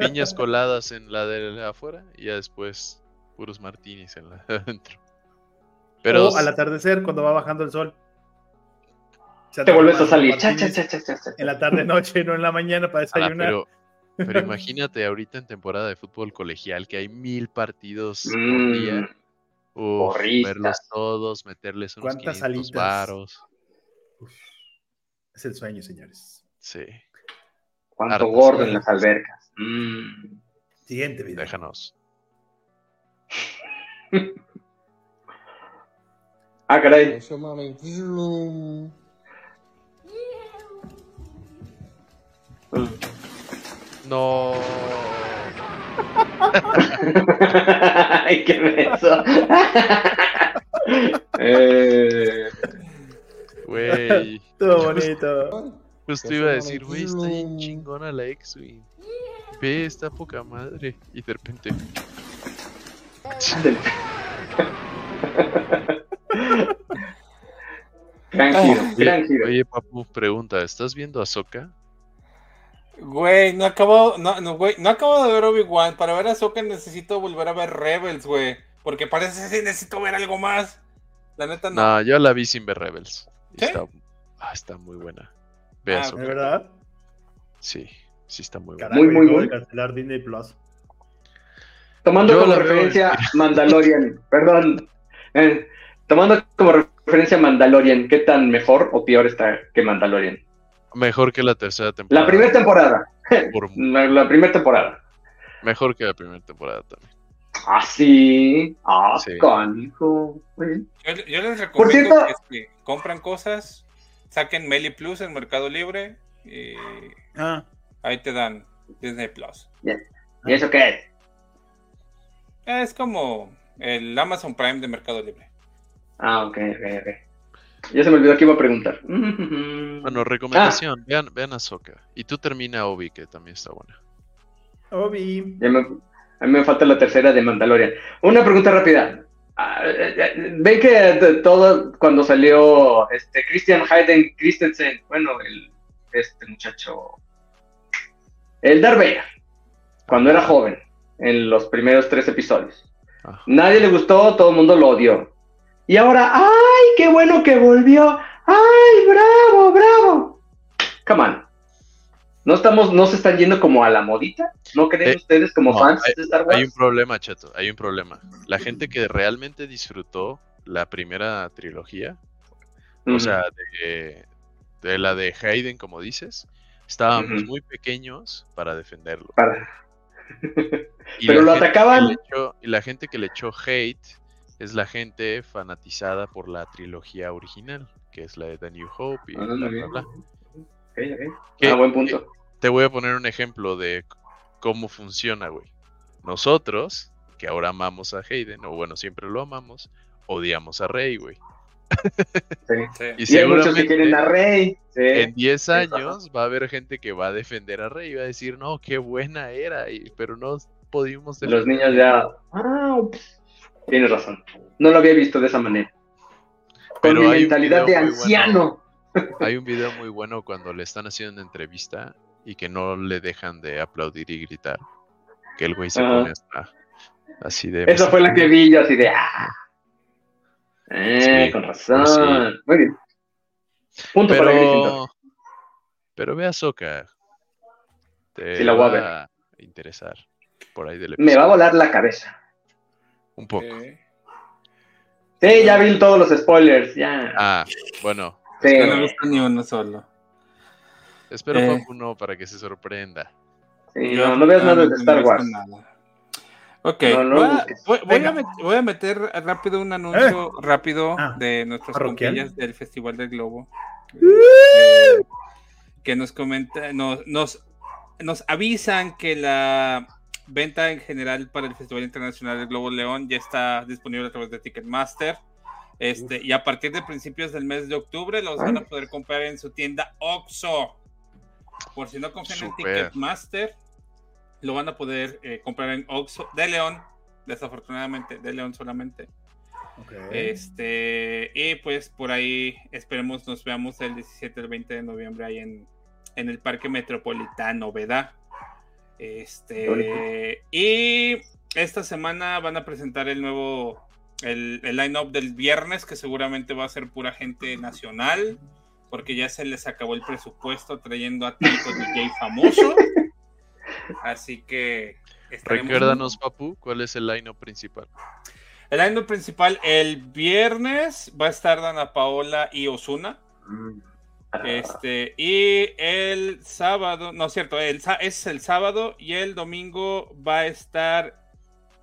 S5: piñas coladas en la de la afuera y ya después puros martinis en la (laughs) de adentro.
S2: Pero o al atardecer, cuando va bajando el sol.
S4: Se te vuelves a salir. Cha, cha, cha,
S2: en la tarde, noche, no en la mañana para desayunar.
S5: Ah, Pero,
S2: (laughs)
S5: pero, imagínate ahorita en temporada de fútbol colegial que hay mil partidos
S4: Mm.
S5: por día. Uf,
S4: Porristas.
S5: verlos todos, meterles unos
S2: ¿Cuántas
S5: 500
S2: alitas?
S5: varos.
S2: Es el sueño, señores.
S5: Sí,
S4: Cuánto
S5: Hartas
S4: gordo en
S5: horas.
S4: las albercas. Mm.
S2: Siguiente video.
S5: déjanos.
S4: (laughs) Ah, caray.
S10: Eso, mami. Zoom.
S4: (laughs)
S5: No.
S4: (laughs) Ay, qué beso. (laughs) eh,
S5: Güey.
S2: Todo
S4: pues,
S2: bonito.
S5: Justo
S10: Ya
S5: iba
S10: se
S5: a decir, güey, está bien
S10: amaneció.
S5: chingona la X-Wing. Ve, está poca madre. Y de repente,
S4: gran giro, gran giro.
S5: oye, papu, pregunta, ¿estás viendo a Soca?
S3: Güey, no acabo, no, no, güey, no acabo de ver Obi-Wan. Para ver a Ahsoka necesito volver a ver Rebels, güey. Porque parece que necesito ver algo más. La neta no.
S5: No, yo la vi sin ver Rebels. Y
S3: ¿Sí?
S5: Está, ah, está muy buena. Ve a
S3: Ah,
S2: ¿De
S5: Ahsoka.
S2: verdad?
S5: Sí, sí está muy buena.
S2: Caray,
S4: Muy,
S2: güey,
S4: muy
S2: acabo de
S4: bueno.
S2: cancelar Disney Plus.
S4: Tomando
S5: Yo
S4: como
S5: la veo,
S4: referencia (laughs) Mandalorian, perdón. Eh, tomando como referencia Mandalorian, ¿qué tan mejor o peor está que Mandalorian?
S5: Mejor que la tercera temporada.
S4: La primera temporada.
S5: Ah. por-
S4: (laughs) La, la primera temporada.
S5: mejor que la primera temporada también.
S4: Ah, sí. Ah,
S5: Sí.
S4: canijo. Muy bien.
S3: Yo, yo les recomiendo
S4: cierto-
S3: que este, compran cosas, saquen Meli Plus en Mercado Libre y
S2: Ah,
S3: ahí te dan Disney Plus.
S4: ¿Y eso qué es?
S3: Es como el Amazon Prime de Mercado Libre.
S4: Ah, ok, ok, ok. Ya se me olvidó que iba a preguntar. (laughs) Bueno,
S5: Bueno, recomendación, vean, vean a Soca. Y tú termina Obi, que también está buena.
S2: Obi.
S4: Ya me- a mí me falta la tercera de Mandalorian. Una pregunta rápida. Ah, eh, eh, Ven que de todo cuando salió este Christian Hayden Christensen, bueno, el, este muchacho, el Darth Vader, cuando era joven, en los primeros tres episodios.
S5: Ah.
S4: Nadie le gustó, todo el mundo lo odió. Y ahora, ¡ay, qué bueno que volvió! ¡Ay, bravo, bravo! Come on. ¿No, estamos, ¿No se están yendo como a la modita? ¿No creen
S5: Eh,
S4: ustedes como
S5: no,
S4: fans de Star Wars?
S5: Hay un problema, chato, hay un problema. La gente que realmente disfrutó la primera trilogía
S4: Ujú.
S5: O sea, de, de la de Hayden, como dices, estábamos
S4: Ujú.
S5: muy pequeños para defenderlo.
S4: Para-
S5: Y
S4: Pero
S5: la
S4: lo
S5: gente que
S4: atacaban.
S5: le echó- y la gente que le echó hate es la gente fanatizada por la trilogía original, que es la de The New Hope y
S4: Ah,
S5: bla,
S4: muy
S5: bla,
S4: bien.
S5: bla.
S4: Ok, ok.
S5: Que- eh,
S4: Ah, buen punto.
S5: Te voy a poner un ejemplo de c- cómo funciona, güey. Nosotros, que ahora amamos a Hayden, o bueno, siempre lo amamos, odiamos a Rey, güey.
S3: Sí.
S5: (laughs) Y,
S4: Y hay muchos que
S5: seguramente-
S4: quieren a Rey. Sí.
S5: en 10
S4: ajá.
S5: años va a haber gente que va a defender a Rey y va a decir, no, qué buena era, y- pero no pudimos
S4: Los
S5: defender".
S4: niños ya. Ah, ups. tienes razón. No lo había visto de esa manera. Con
S5: Pero
S4: mi
S5: hay un
S4: mentalidad de
S5: video muy bueno.
S4: anciano. (laughs)
S5: Hay un video muy bueno cuando le están haciendo una entrevista y que no le dejan de aplaudir y gritar. Que el güey se
S4: Ajá.
S5: pone hasta así de...
S4: Esa fue la que vi yo así de. Ah. Eh,
S5: Sí,
S4: con razón.
S5: sí.
S4: Muy bien. Punto para Gryffindor.
S5: Pero, pero ve a Soca. Te
S4: Sí, la voy a
S5: va
S4: ver.
S5: interesar. Por ahí del
S4: Me va a
S5: episodio.
S4: volar la cabeza.
S5: Un poco.
S3: Eh,
S4: Sí, ya vi todos los spoilers. Ya.
S5: Ah, bueno.
S4: Sí.
S3: yo no he visto ni uno solo.
S5: Espero
S3: Eh.
S5: Papu no para que se sorprenda.
S4: Sí,
S3: Yo
S4: no, no veas nada de
S3: no
S4: Star
S3: veo
S4: Wars.
S3: nada. Ok,
S4: No, no
S3: voy, a,
S4: busques.
S3: voy- voy a
S2: Venga. Eh.
S3: met- voy a meter rápido un anuncio rápido
S2: Ah,
S3: de nuestros
S2: parroquial.
S3: compillas del Festival del Globo. Eh, que nos comenta, nos, nos, nos avisan que la venta en general para el Festival Internacional del Globo León ya está disponible a través de Ticketmaster. Este, y a partir de principios del mes de octubre los van a poder comprar en su tienda OXO. Por si no confían en
S5: Súper.
S3: Ticketmaster, lo van a poder eh, comprar en OXO de León, desafortunadamente, de León solamente.
S2: Ok.
S3: Este, y pues por ahí esperemos nos veamos el 17 al 20 de noviembre ahí en, en el Parque Metropolitano, ¿verdad? Este, y esta semana van a presentar el nuevo, el, el line-up del viernes, que seguramente va a ser pura gente nacional, porque ya se les acabó el presupuesto trayendo a Tico DJ famoso. Así que... estaremos-
S5: Recuérdanos, Papu, cuál es el line principal.
S3: El line principal el viernes va a estar Dana Paola y Osuna. Este, y el sábado, no es cierto, el, sa- es el sábado y el domingo va a estar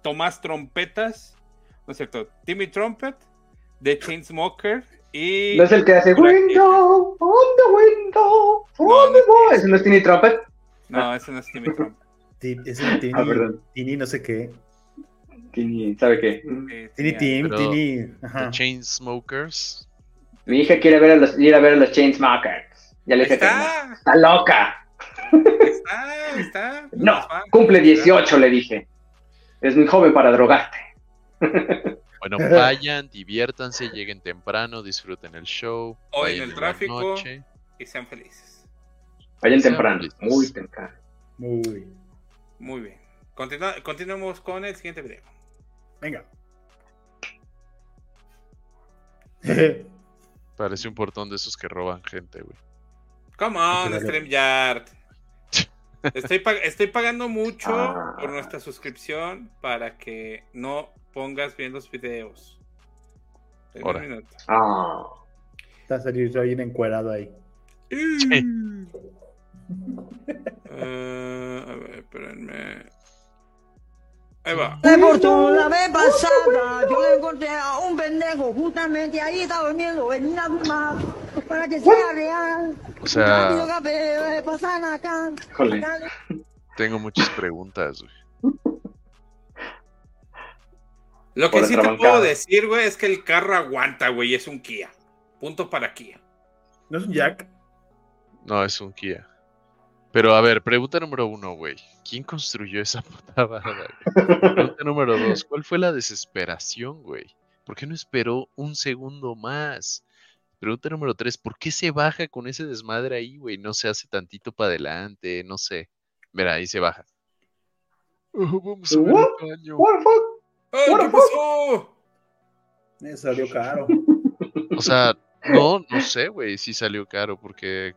S3: Tomás Trompetas, no es cierto, Timmy Trumpet, The Chainsmoker y.
S4: No es el que hace window, on the window, from the wall. Ese no es Tiny Trumpet.
S3: No, ese no es Timmy Trumpet.
S2: (laughs) Ti- Es un Tini,
S4: Ah, perdón.
S2: Tini no sé qué.
S4: Tini, ¿sabe qué?
S2: Tini Team,
S5: Pero-
S2: Tini.
S5: The Chainsmokers.
S4: Mi hija quiere ver a las, ir a ver a las Chainsmokers. Ya le dije que no. Está loca.
S3: Ahí está.
S4: (laughs) No, cumple 18, le dije. Es muy joven para drogarte. (laughs)
S5: Bueno, (laughs) vayan, diviértanse, lleguen temprano, disfruten el show.
S3: Hoy en
S5: vayan
S3: el
S5: la
S3: tráfico
S5: noche.
S3: y sean felices.
S4: Vayan
S5: Sean
S4: temprano,
S5: felices.
S4: muy temprano.
S2: Muy.
S3: Muy bien. Continua- continuemos con el siguiente video.
S2: Venga.
S5: (laughs) Parece un portón de esos que roban gente, güey.
S3: Come on, StreamYard. Estoy, pag- estoy pagando mucho
S4: Ah.
S3: por nuestra suscripción para que no pongas bien los videos. Ten un
S5: Ahora.
S3: minuto.
S4: Ah.
S2: Está a salir alguien encuerado ahí.
S3: Eh, a ver, espérenme. Ahí va.
S11: La fortuna vez pasada yo le encontré a un pendejo justamente ahí está durmiendo venía a fumar para que sea real
S5: O sea,
S11: Rápido, café, pasan acá
S5: Híjole.
S11: Acá.
S5: tengo muchas preguntas, güey.
S3: Lo que
S5: Por
S3: sí te
S5: otra
S3: puedo
S5: bancada.
S3: decir, güey, es que el carro aguanta, güey. Es un Kia. Punto para Kia.
S2: ¿No es un Jack?
S5: No, es un Kia. Pero a ver, pregunta número uno, güey. ¿Quién construyó esa (laughs) puta barda? güey? Pregunta número dos. ¿Cuál fue la desesperación, güey? ¿Por qué no esperó un segundo más? Pregunta número tres. ¿Por qué se baja con ese desmadre ahí, güey? No se hace tantito para adelante, no sé. Mira, ahí se baja. Vamos a ver
S2: What?
S5: el baño.
S2: What the fuck?
S3: ¡Ay,
S2: What
S3: qué
S2: the fuck? (laughs)
S3: pasó!
S2: Me salió caro.
S5: O sea, no, no sé, güey, si salió caro, porque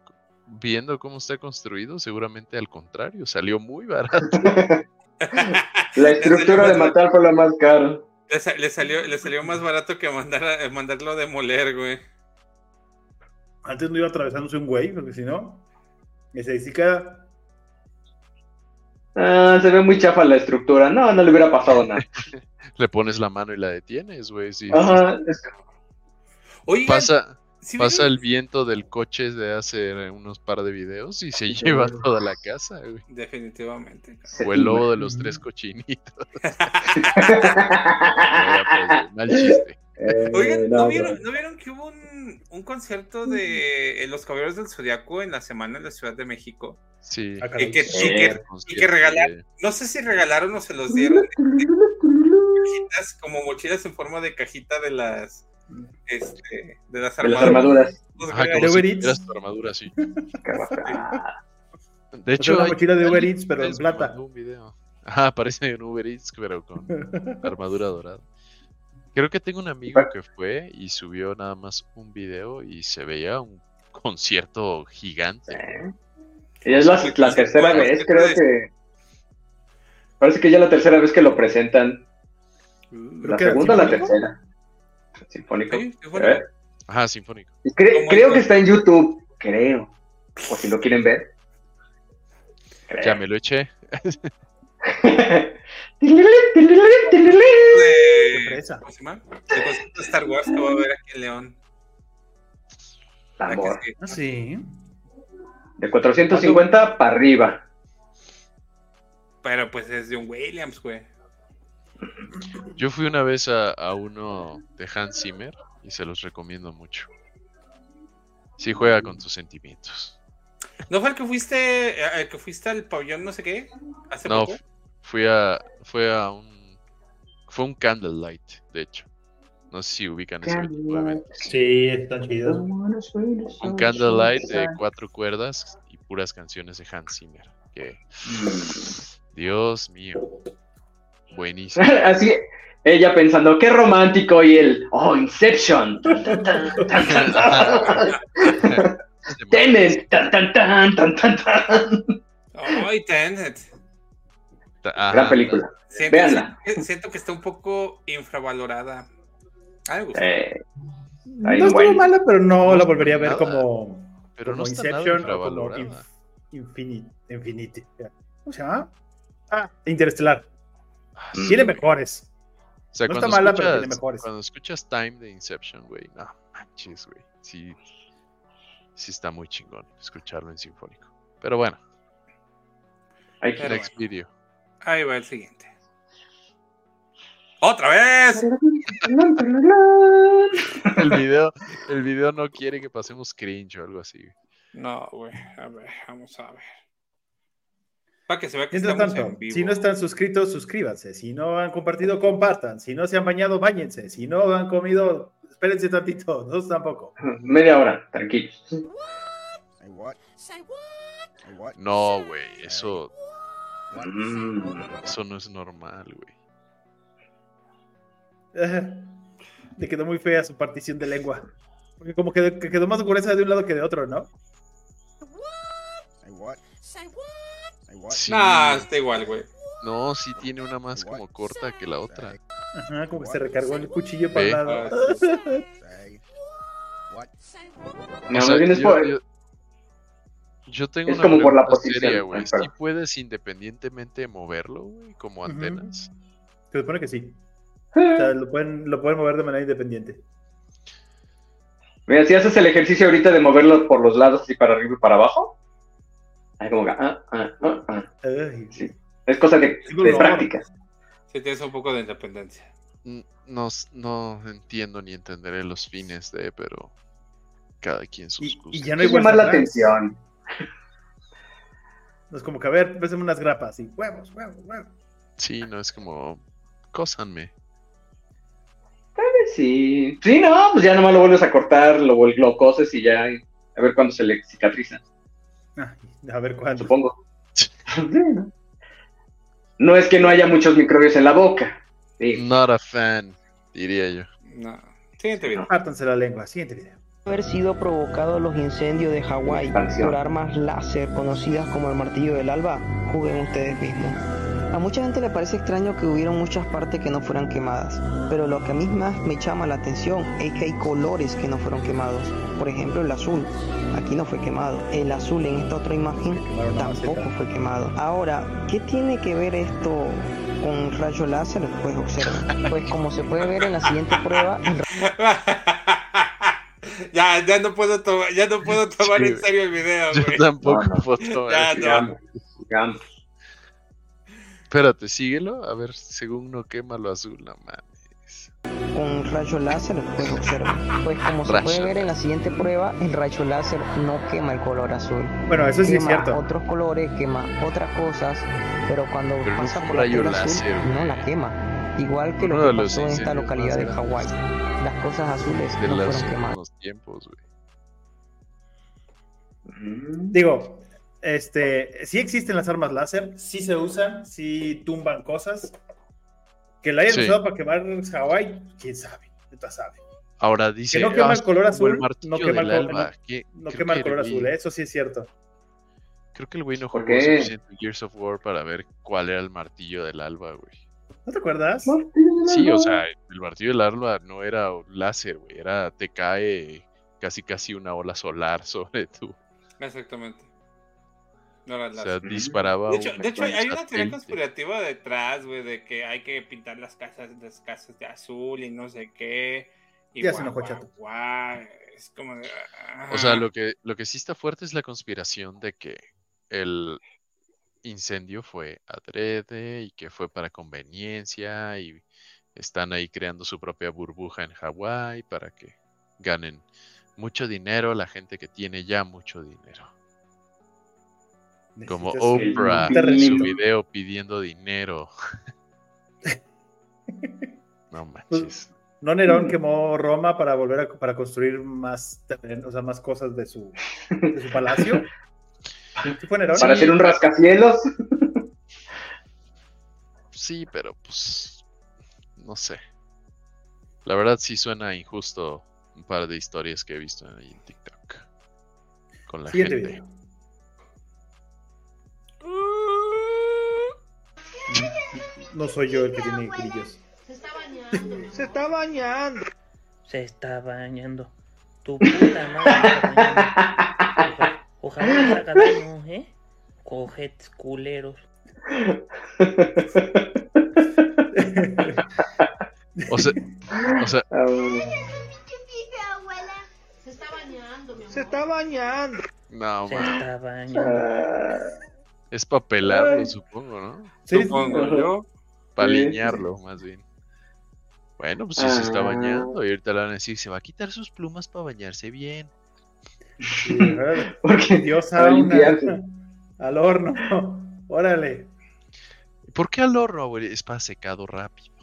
S5: viendo cómo está construido, seguramente al contrario, salió muy barato.
S4: (laughs) La estructura de matar fue la más cara.
S3: Le, sa- le salió, le salió más barato que mandar a- mandarlo a demoler, güey.
S2: Antes no iba atravesándose un güey, porque si no. Me se dice cada.
S4: Ah, se ve muy chafa la estructura. No, no le hubiera pasado nada.
S5: Le pones la mano y la detienes, güey. Si
S4: Ajá, (laughs) es-
S3: Oigan,
S5: pasa,
S3: ¿sí
S5: pasa
S3: vieron?
S5: el viento del coche de hace unos par de videos y se
S3: Sí,
S5: lleva
S3: güey.
S5: toda la casa, güey.
S3: Definitivamente.
S5: O el lobo
S4: (laughs)
S5: de los tres cochinitos. Mira, pues, güey, mal chiste.
S4: Eh,
S3: Oigan, ¿no,
S4: no,
S3: vieron, no vieron que hubo un, un concierto de eh, Los Caballeros del Zodiaco en la semana en la Ciudad de México?
S5: Sí.
S2: Ah, caray.
S3: Y que, y
S4: Eh,
S3: que-
S4: pues,
S3: y que
S4: este,
S5: Concierto
S3: regalaron,
S5: de-
S3: no sé si regalaron o se los dieron, cajitas, como mochilas en forma de cajita de las este, de
S4: De las
S3: las armaduras.
S4: armaduras.
S5: Ajá,
S3: Los
S5: como si
S2: Uber Eats.
S5: tuvieras tu armadura, sí.
S4: Qué bacán.
S5: De
S2: hecho,
S5: hecho,
S2: una
S5: hay-
S2: mochila de Uber
S5: alguien
S2: Eats, pero en
S5: les
S2: plata.
S5: mandó un video. Ajá, parece un Uber Eats, pero
S4: (laughs)
S5: con armadura dorada. Creo que tengo un amigo que fue y subió nada más un video y se veía un concierto gigante.
S4: Y
S5: (laughs)
S4: es la, la tercera vez, creo que. Parece que ya la tercera vez que lo presentan.
S2: Creo
S4: La
S2: que
S4: segunda o la
S2: sinfónico.
S4: tercera. Sinfónico.
S3: Sí, sí, bueno.
S4: A ver.
S5: Ajá, sinfónico.
S4: Y cre- creo que está en YouTube. Creo. O si lo quieren ver.
S5: Ya me lo eché. (laughs)
S3: de, ¿cómo se llama? El concierto de Star Wars que va a haber aquí en León.
S4: Tambor.
S3: Sí.
S2: Ah, sí.
S4: De 450 para arriba.
S3: Pero pues es de un Williams, güey.
S5: Yo fui una vez a, a uno de Hans Zimmer y se los recomiendo mucho. Sí juega
S4: Mm.
S5: con tus sentimientos.
S3: ¿No fue el que fuiste, eh, el que fuiste al pabellón no sé qué? Hace
S5: No,
S3: poco.
S5: fu- fui a, fue a un, fue un candlelight, de hecho. No sé si ubican ese tipo de eventos.
S2: Sí, está chido.
S5: Un
S4: (laughs)
S5: candlelight de cuatro cuerdas y puras canciones de Hans Zimmer. Que
S3: Mm.
S5: Dios mío.
S3: (laughs)
S5: Buenísimo.
S4: (laughs) Así, ella pensando, qué romántico, y él, oh, Inception. Tenet. Tan, tan, tan, tan, tan, tan.
S3: Ay, Oh, Tenet.
S4: Ajá, Gran película.
S3: Siento,
S4: Veanla.
S3: siento que está un poco infravalorada. A mí me gusta.
S4: Eh,
S2: No estuvo
S4: bueno.
S2: mala, pero no la volvería a ver
S5: Nada.
S2: como,
S5: Pero no
S2: como
S5: está nada
S2: Inception o como
S5: infravalorada.
S2: Infinity. Infinity. ¿Cómo se llama? Ah, Interestelar.
S5: sí.
S2: Tiene mejores.
S5: Mm. O sea,
S2: No
S5: cuando
S2: está mala, pero
S5: escuchas,
S2: tiene mejores.
S5: Cuando escuchas Time de Inception, güey, no manches, güey. Sí, sí está muy chingón escucharlo en sinfónico. Pero bueno,
S4: Hay que-
S3: Pero
S5: next video.
S3: Ahí va el siguiente. ¡Otra vez!
S5: (laughs) El video, el video no quiere que pasemos cringe o algo así. güey.
S3: No, güey. A ver, vamos a ver. Para que se vea que
S2: Mientras
S3: estamos
S2: tanto,
S3: en vivo.
S2: si no están suscritos, suscríbanse. Si no han compartido, compartan. Si no se han bañado, bañense. Si no han comido, espérense tantito. (laughs) Nosotros tampoco.
S4: Media hora, tranquilos.
S3: (laughs)
S5: No, (laughs) güey, eso,
S4: Mm.
S5: eso no es normal, güey.
S2: Eh, Le quedó muy fea su partición de lengua. Porque como que que quedó más gruesa de un lado que de otro, ¿no?
S5: Sí,
S3: Nah, Ah, este, está igual, güey.
S5: no, sí tiene una más como corta que la otra.
S2: Ajá, como que se recargó el cuchillo para
S5: Ve.
S2: el
S4: Ah,
S2: lado.
S4: No,
S5: O
S4: más
S5: sea,
S4: bien es
S5: yo-
S4: por-
S5: yo- Yo tengo
S4: Es
S5: una
S4: como por la
S5: pregunta
S4: posición.
S5: seria,
S4: Ay,
S5: güey. ¿Sí
S4: perdón.
S5: puedes independientemente moverlo, güey, como
S2: Ujú.
S5: antenas?
S2: Se supone que sí. O sea, lo pueden, lo pueden mover de manera independiente.
S4: Mira, si haces el ejercicio ahorita de moverlo por los lados, así para arriba y para abajo, ahí como que, ah, ah, ah, ah.
S2: Ay,
S4: es cosa de,
S2: Sí,
S4: de
S2: no.
S4: práctica.
S3: Si tienes un poco de independencia.
S5: N- No, s- no entiendo ni entenderé los fines de, pero cada quien sus
S2: y,
S5: gustos.
S2: y ya no
S4: Es
S2: hay vuelta
S4: llamar la
S2: atrás.
S4: atención.
S2: No es como que, a ver, pésame unas grapas y huevos, huevos, huevos.
S5: Sí, no es como, cósanme.
S4: Sí, sí, no, pues ya nomás lo vuelves a cortar, lo, vuel- lo coses y ya, a ver cuándo se le cicatriza,
S2: Ay, a ver cuándo.
S4: supongo. no es que no haya muchos microbios en la boca. Sí.
S5: Not a fan, diría yo.
S3: No. Siguiente video.
S2: Hártanse la lengua. Siguiente video.
S12: haber sido provocados los incendios de Hawái
S4: Expansión.
S12: por armas láser conocidas como el martillo del alba, juguen ustedes mismos. A mucha gente le parece extraño que hubieron muchas partes que no fueran quemadas, pero lo que a mí más me llama la atención es que hay colores que no fueron quemados. Por ejemplo, el azul, aquí no fue quemado. El azul en esta otra imagen
S2: Quemaron una
S12: tampoco
S2: maceta.
S12: fue quemado. Ahora, ¿qué tiene que ver esto con rayo láser? Pues observa. Pues como se puede ver en la siguiente prueba, el
S3: ya, ya no puedo tomar, ya no puedo tomar
S5: Sí,
S3: en serio el video,
S5: Yo
S3: güey.
S5: tampoco
S4: No, no.
S5: puedo tomar
S3: Ya,
S5: ese-
S3: no.
S4: Gam, gam.
S5: Espérate, síguelo. A ver, según no quema lo azul, no mames.
S12: con rayo láser, pues observa. Pues como se
S5: Rayo
S12: puede ver en la siguiente prueba, el rayo láser no quema el color azul.
S2: Bueno, eso sí es
S12: quema
S2: cierto.
S12: otros colores, quema otras cosas, pero cuando
S5: Pero no
S12: pasa
S5: fue
S12: por
S5: un
S12: la
S5: rayo
S12: tierra azul,
S5: láser,
S12: no
S5: güey.
S12: la quema. Igual que lo
S5: Uno de
S12: que
S5: los
S12: pasó en esta
S5: incendios
S12: localidad
S5: más
S12: de
S5: grandes.
S12: Hawái. Las cosas azules
S5: De
S12: no
S5: los
S12: fueron quemadas.
S5: últimos tiempos, güey.
S4: Mm.
S2: Digo, este, sí existen las armas láser, sí se usan, sí tumban cosas. Que la hayan
S5: Sí.
S2: usado para quemar Hawái, quién sabe, neta sabe.
S5: Ahora dice.
S2: no quema
S5: "Ah,
S2: el color
S5: como
S2: azul, no
S5: martillo
S2: quema el
S5: del
S2: color-
S5: alba". Ah, ¿Qué-
S2: No
S5: creo
S2: quema el
S5: que
S2: color azul, ¿eh?
S5: vi-
S2: eso sí es cierto.
S5: Creo que el güey no
S4: ¿Por
S5: jugó
S4: qué?
S5: suficiente Gears of War para ver cuál era el martillo del alba, güey.
S2: ¿No te acuerdas?
S5: Sí, o sea, el martillo del alba no era láser, güey. Era, te cae casi casi una ola solar (laughs) sobre tú.
S3: Exactamente. No era
S5: O
S3: la-
S5: sea, disparaba.
S3: de hecho,
S5: una
S3: de hecho,
S5: cosa
S3: hay una teoría
S5: satélite.
S3: conspirativa detrás, güey, de que hay que pintar las casas, las casas de azul y no sé qué. Y
S2: Ya se
S3: guau,
S2: enojó,
S3: guau,
S2: chato.
S3: guau. Es como de, ah,
S5: O sea, lo que, lo que sí está fuerte es la conspiración de que el incendio fue adrede y que fue para conveniencia y están ahí creando su propia burbuja en Hawái para que ganen mucho dinero la gente que tiene ya mucho dinero. Como
S2: Necesitas-
S4: el
S5: Oprah, su
S2: terrenito.
S5: video pidiendo dinero. (laughs) no manches.
S2: Pues, No
S5: Mm.
S2: Nerón quemó Roma para volver a para construir más terreno, o sea, más cosas de su, de su palacio. ¿Sí fue Nerón?
S4: Para hacer un rascacielos.
S5: sí, pero pues no sé. La verdad sí suena injusto un par de historias que he visto ahí en TikTok. Con la
S2: Siguiente
S5: gente.
S2: video. (laughs) No soy yo el que tiene grillos.
S13: Se está bañando.
S12: Se está bañando.
S14: Se está bañando. Tu puta madre. se está bañando. Oja- Ojalá te sacan uno, ¿eh? Cojetes culeros.
S5: O sea, o sea,
S2: Ah,
S13: Se está bañando, mi amor.
S12: Se está bañando.
S5: no,
S14: Se
S5: man.
S14: está bañando.
S5: es para pelarlo, supongo, ¿no?
S2: Sí,
S3: Supongo
S2: sí.
S3: yo.
S5: Para
S2: Sí, sí, sí.
S5: alinearlo, más bien. Bueno, pues sí se está
S2: Ah.
S5: bañando y ahorita le van a decir, se va a quitar sus plumas para bañarse bien.
S2: Porque Dios
S5: para
S2: a una-
S5: limpiarse.
S2: al horno. (laughs) Órale.
S5: ¿Por qué al horno, güey? Es para secado rápido.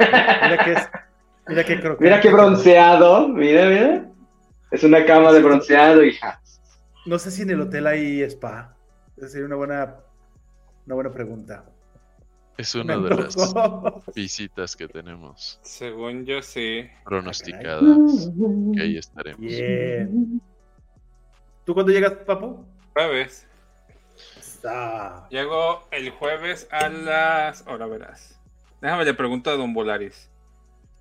S2: Mira que es. Mira que crocante.
S4: Mira qué bronceado, mira, mira. Es una cama de bronceado, hija.
S2: No sé si en el hotel hay spa. Esa sería una buena, una buena pregunta.
S5: Es una
S2: Me
S5: de las
S2: antojó.
S5: visitas que tenemos
S3: Según yo, sí.
S5: pronosticadas. Que ahí estaremos.
S2: Bien. ¿Tú cuándo llegas, Papu?
S3: Jueves.
S2: Está.
S3: Llego el jueves a las. Ahora verás. Déjame le pregunto a Don Volaris.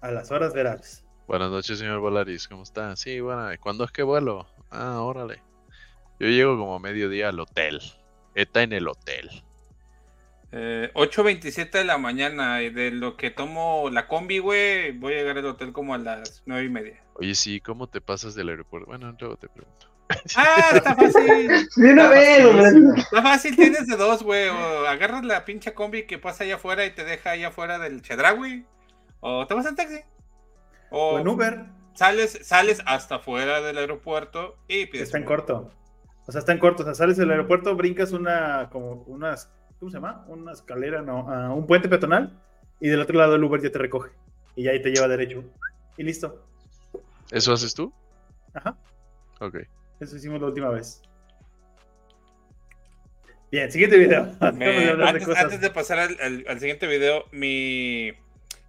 S2: A las horas verás.
S5: Buenas noches, señor Volaris. ¿Cómo está? Sí, bueno, ¿y ¿cuándo es que vuelo? Ah, órale. Yo llego como a mediodía al hotel. Está en el hotel.
S3: Eh, 8.27 de la mañana. Y de lo que tomo la combi, güey, voy a llegar al hotel como a las nueve y media.
S5: Oye, sí, ¿cómo te pasas del aeropuerto? Bueno, luego te
S2: (laughs)
S5: pregunto.
S3: ¡Ah, está fácil!
S4: De una vez, hombre.
S3: Está fácil, tienes de dos, güey. O agarras la pinche combi que pasa allá afuera y te deja allá afuera del Chedra, güey. O te vas en taxi. O,
S2: O en Uber.
S3: Sales, sales hasta afuera del aeropuerto y pides.
S2: Está en
S3: un-
S2: corto. O sea, está en corto. O sea, sales del aeropuerto, brincas una, como unas, ¿cómo se llama? Una escalera, no, ah, un puente peatonal y del otro lado el Uber ya te recoge y ya ahí te lleva derecho. Y listo.
S5: ¿Eso haces tú?
S2: Ajá.
S5: Ok.
S2: Eso hicimos la última vez. Bien, siguiente video.
S3: (laughs)
S2: Dejamos
S3: Me-
S2: de hablar de
S3: antes,
S2: cosas.
S3: antes de pasar al, al- al siguiente video, mi,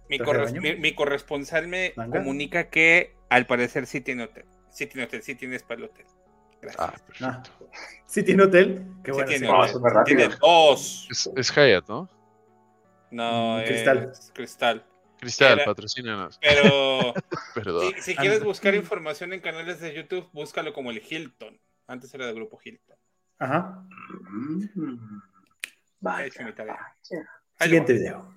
S3: mi,
S2: ¿Traje
S3: corres-
S2: de baño?
S3: mi- mi corresponsal me
S2: ¿Manga?
S3: comunica que al parecer sí tiene hotel. Sí tiene hotel, sí tienes para el hotel. Gracias.
S2: Ah. Sí tiene hotel.
S3: Sí
S2: Qué bueno.
S3: tiene
S2: sí.
S4: Ah,
S3: hotel. Tiene dos.
S5: Es, es Hyatt, ¿no?
S15: eh,
S3: No,
S2: Mm,
S3: es
S2: Cristal.
S3: Cristal.
S5: Cristal,
S3: Era-
S5: patrocínanos.
S3: Pero
S5: (laughs) Perdón.
S3: si, si quieres buscar información en canales de YouTube, búscalo como el Hilton. Antes era de grupo Hilton.
S2: Ajá.
S4: Mm.
S3: He hecho mi tarea.
S2: Siguiente video.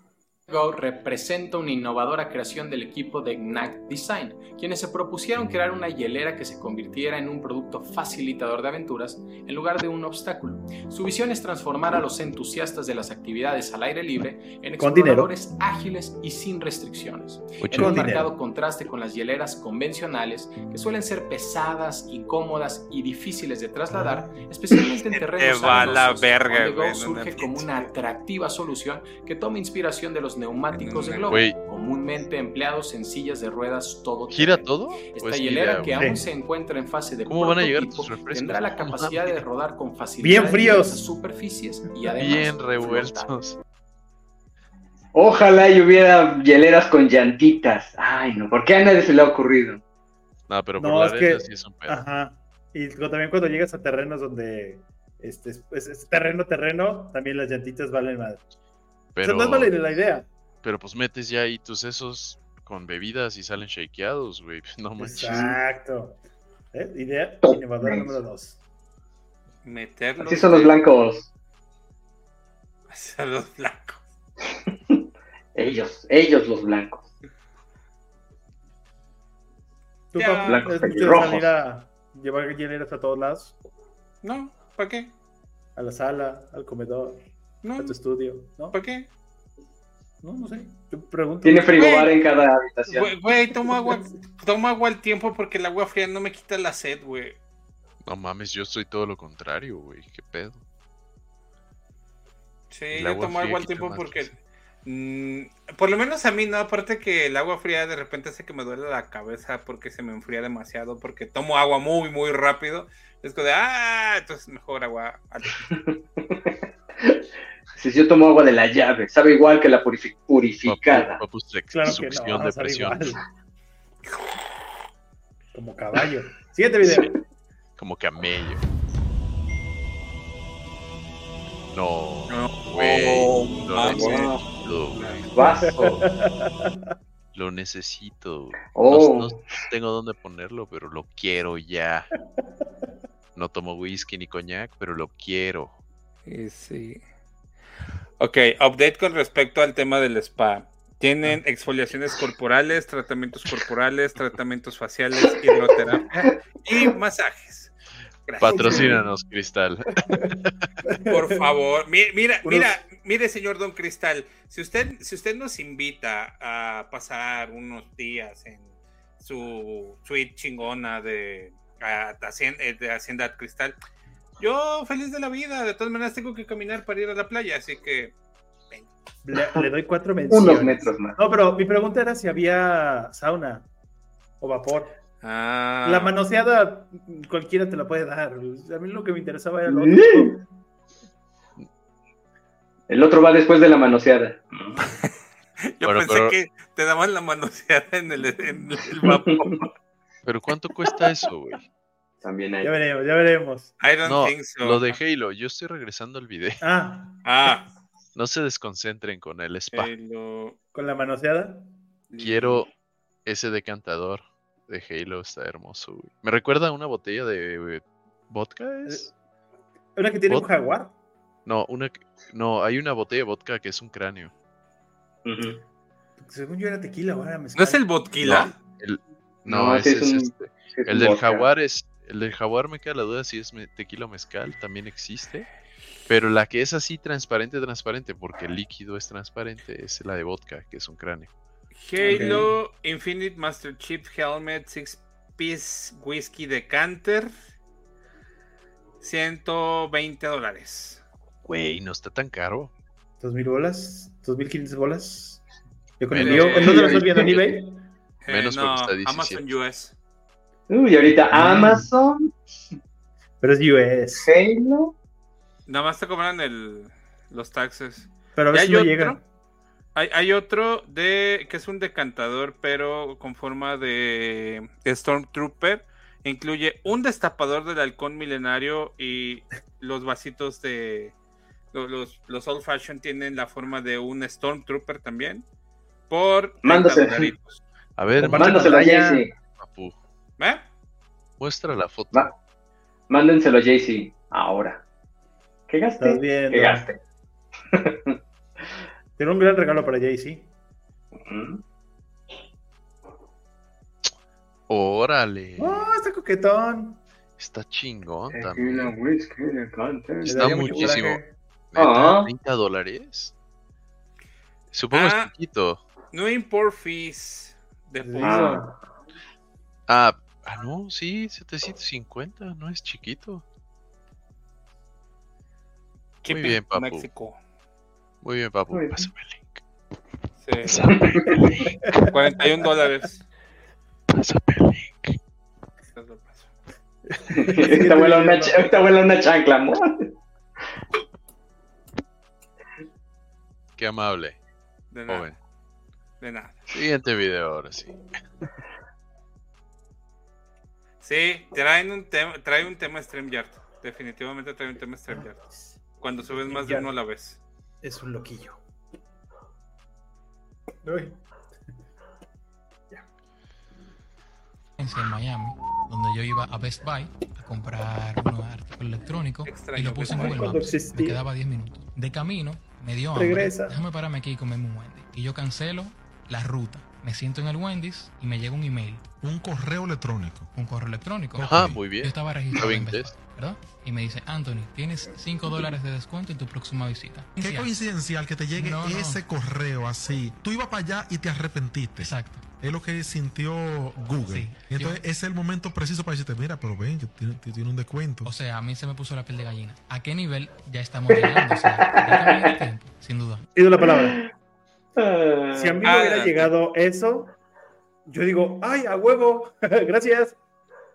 S15: Go representa una innovadora creación del equipo de Gnac Design, quienes se propusieron crear una hielera que se convirtiera en un producto facilitador de aventuras en lugar de un obstáculo. Su visión es transformar a los entusiastas de las actividades al aire libre en
S2: Con dinero.
S15: exploradores ágiles y sin restricciones, en
S2: Con
S15: un
S2: dinero.
S15: marcado contraste con las hieleras convencionales que suelen ser pesadas, incómodas y difíciles de trasladar,
S2: Ah.
S15: especialmente
S3: (laughs)
S15: en terrenos
S3: va la
S15: arenosos,
S3: verga,
S15: donde Go
S3: güey, no
S15: surge como una atractiva solución que toma inspiración de los neumáticos de globo,
S5: Güey.
S15: comúnmente empleados en sillas de ruedas todo
S5: ¿Gira
S15: terreno.
S5: todo?
S15: Esta
S5: es
S15: hielera
S5: idea,
S15: que
S5: güey?
S15: aún se encuentra en fase de
S5: ¿Cómo van a llegar
S15: prototipo,
S5: tus refrescos?
S15: tendrá la capacidad de rodar con facilidad
S2: Bien
S15: en
S2: fríos.
S15: diversas superficies y además
S5: Bien
S15: flotar.
S5: revueltos.
S4: Ojalá y hubiera hieleras con llantitas. Ay, no, ¿por qué a nadie se le ha ocurrido?
S5: No, pero por
S2: No,
S5: la
S2: es
S5: arena
S2: que.
S5: sí es un pedo.
S2: Ajá. Y cu- también cuando llegas a terrenos donde. Este, es, es- es terreno, terreno, también las llantitas valen madre.
S5: Pero,
S2: O sea, no es vale la idea.
S5: pero pues metes ya ahí tus esos con bebidas y salen shakeados, güey. (laughs) No manches.
S2: Exacto. ¿Eh? Idea innovadora número dos.
S3: Meterlo.
S4: Así son los blancos.
S3: Son los blancos.
S4: (laughs) Ellos, ellos los blancos.
S2: ¿Tú,
S3: Ya.
S2: Papu,
S4: Blancos
S2: ¿es mucho de
S4: pelirrojos.
S2: salir a llevar lleneras a todos lados?
S3: No, ¿para qué?
S2: A la sala, al comedor, a tu estudio, ¿no?
S3: ¿Para qué?
S2: No, no sé. Yo pregunto.
S4: Tiene frigobar
S3: Güey.
S4: en cada habitación.
S3: Güey, Güey, tomo agua, tomo agua al tiempo porque el agua fría no me quita la sed, güey.
S5: No mames, yo soy todo lo contrario, güey. ¿Qué pedo?
S3: Sí,
S5: El
S3: yo
S5: agua
S3: tomo agua
S5: fría
S3: al
S5: quita
S3: tiempo
S5: más
S3: porque. mm, por lo menos a mí, no. Aparte que el agua fría de repente hace que me duele la cabeza porque se me enfría demasiado. Porque tomo agua muy, muy rápido. Es como de. ¡Ah! Entonces mejor agua. al-
S4: Si yo tomo agua de la llave, sabe igual que la purifi- purificada.
S2: Claro que no, no sabe igual. Como caballo. Siguiente video.
S5: Como camello. No,
S3: No.
S5: güey.
S3: Oh,
S5: lo
S3: ah,
S5: necesito,
S3: wow.
S5: güey.
S4: Vaso.
S5: Lo necesito. güey.
S4: Oh.
S5: No, no tengo dónde ponerlo, pero lo quiero ya. No tomo whisky ni coñac, pero lo quiero.
S3: sí. Ok, update con respecto al tema del spa. Tienen
S5: Ah.
S3: exfoliaciones corporales, tratamientos corporales, tratamientos faciales, hidroterapia y masajes. Gracias.
S5: Patrocínanos, Cristal. (laughs)
S3: Por favor, mi- mira, mira, mire, señor Don Cristal, si usted, si usted nos invita a pasar unos días en su suite chingona de, a- Hacien- eh, de Hacienda Cristal, yo feliz de la vida, de todas maneras tengo que caminar para ir a la playa, así que
S2: Le, le doy cuatro menciones.
S4: Unos metros más.
S2: No, pero mi pregunta era si había sauna o vapor.
S11: Ah.
S2: La manoseada cualquiera te la puede dar. A mí lo que me interesaba era lo otro.
S4: El otro va después de la manoseada.
S3: (laughs) yo
S5: Bueno,
S3: pensé
S5: pero-
S3: que te daban la manoseada (laughs) en el, en el vapor.
S5: Pero ¿cuánto cuesta eso, güey?
S4: También
S2: Ya veremos, ya veremos.
S3: I don't
S5: No,
S3: think so.
S5: lo de Halo. Yo estoy regresando al video.
S2: Ah,
S3: Ah,
S5: No se desconcentren con el spa.
S3: Halo.
S2: con la manoseada.
S5: Quiero ese decantador de Halo, está hermoso, güey. Me recuerda a una botella de eh, vodka, ¿es?
S2: Eh, Una que tiene un
S5: Ot-
S2: jaguar.
S5: No, una que- no, hay una botella de vodka que es un cráneo.
S2: Según yo era tequila, ahora me
S3: ¿No es el vodquila?
S5: No, el, no,
S4: No,
S5: ese
S4: ese es
S5: es
S4: un-
S5: este.
S4: es
S5: El del
S4: vodka.
S5: jaguar es. El del jaguar me queda la duda si es me- tequila o mezcal, también existe. Pero la que es así transparente, transparente, porque el líquido es transparente, es la de vodka, que es un cráneo.
S3: Halo, Infinite Master Chief Helmet, Six Piece Whisky Decanter, 120 dólares.
S5: Güey, no está tan caro.
S2: ¿Dos mil bolas? ¿Dos mil quinientas bolas? Yo con el
S5: Menos-
S2: mío. ¿En dónde lo estoy viendo? ¿En eBay?
S3: Eh,
S5: Menos
S3: no,
S5: porque está 17.
S3: Amazon US.
S4: (laughs) Uy, ahorita
S2: Ah.
S4: Amazon,
S2: Pero es US.
S4: Halo.
S3: Nada más te cobran el, los taxes.
S2: Pero
S3: ¿Y
S2: a veces
S3: hay
S2: no
S3: otro?
S2: llega.
S3: Hay, hay otro de que es un decantador, pero con forma de Stormtrooper. Incluye un destapador del halcón milenario y los vasitos de. lo- Los, los old fashion tienen la forma de un Stormtrooper también. Por 30
S4: Mándasela.
S3: dolaritos.
S5: A ver,
S4: Mándaselo a
S5: pantalla,
S4: Jaycee.
S5: papu,
S3: ¿Eh?
S5: muestra la foto.
S4: Va. Mándenselo a Jaycee
S3: (laughs)
S4: ahora. ¿Qué gaste?
S2: Estás viendo.
S4: ¿Qué gaste?
S2: (laughs) Tiene un gran regalo para Jay-Z.
S4: Ujú.
S5: Órale,
S2: ¡Oh, está coquetón!
S5: está chingón
S11: Eh,
S4: Tequila,
S5: también.
S4: whisky, decanter.
S5: Está
S2: daría mucho
S5: muchísimo.
S2: coraje.
S5: Neta,
S4: Ah.
S5: 30 dólares. Supongo
S3: Ah.
S5: es poquito.
S3: No import fees. De por-
S4: Ah,
S5: Ah, ah, no, sí, 750, no es chiquito.
S3: Keep
S5: muy
S3: it
S5: bien, papu.
S3: México.
S5: Muy bien, papu,
S4: Muy bien.
S5: pásame el link.
S3: Sí. (laughs) 41 dólares.
S5: Pásame el link.
S4: (laughs) Esta huele a una, cha- esta huele a una chancla, amor.
S5: Qué amable,
S3: De nada.
S5: joven.
S3: De nada.
S5: Siguiente video ahora sí.
S3: Sí, traen un tema, trae un tema StreamYard. Definitivamente trae un tema StreamYard. Cuando subes más de
S2: StreamYard.
S3: uno a la vez.
S2: Es un loquillo. Uy.
S16: en Miami, donde yo iba a Best Buy a comprar unos artículos electrónicos
S3: Extraño
S16: y lo puse en
S3: Best
S16: Google
S3: Buy.
S2: Cuando
S16: Maps. Me
S2: existía.
S16: quedaba 10 minutos. De camino me dio hambre.
S2: Regresa.
S16: Déjame pararme aquí y comerme un Wendy's. Y yo cancelo la ruta. Me siento en el Wendy's y me llega un email,
S10: Un correo electrónico.
S16: un correo electrónico.
S5: Ajá,
S16: Ok.
S5: Ah, muy bien.
S16: Yo estaba registrado
S5: Sabe
S16: en Best
S5: inglés.
S16: Buy, ¿verdad? Y me dice, Anthony, tienes 5 dólares de descuento en tu próxima visita.
S10: Qué coincidencial que te llegue
S16: No, no.
S10: ese correo así. Tú ibas para allá y te arrepentiste.
S16: Exacto.
S10: Es lo que sintió Google.
S16: Sí,
S10: Y Entonces, ese es el momento preciso para decirte, mira, pero ven, que tiene, tiene un
S16: (laughs)
S10: descuento.
S16: O sea, a mí se me puso la piel de gallina. ¿A qué nivel ya estamos llegando? O sea, ya cambié de tiempo, sin duda.
S2: Pido la palabra.
S4: Ah.
S2: Si a mí me
S3: Ah.
S2: hubiera llegado eso, yo digo, ¡ay, a huevo! (laughs) Gracias.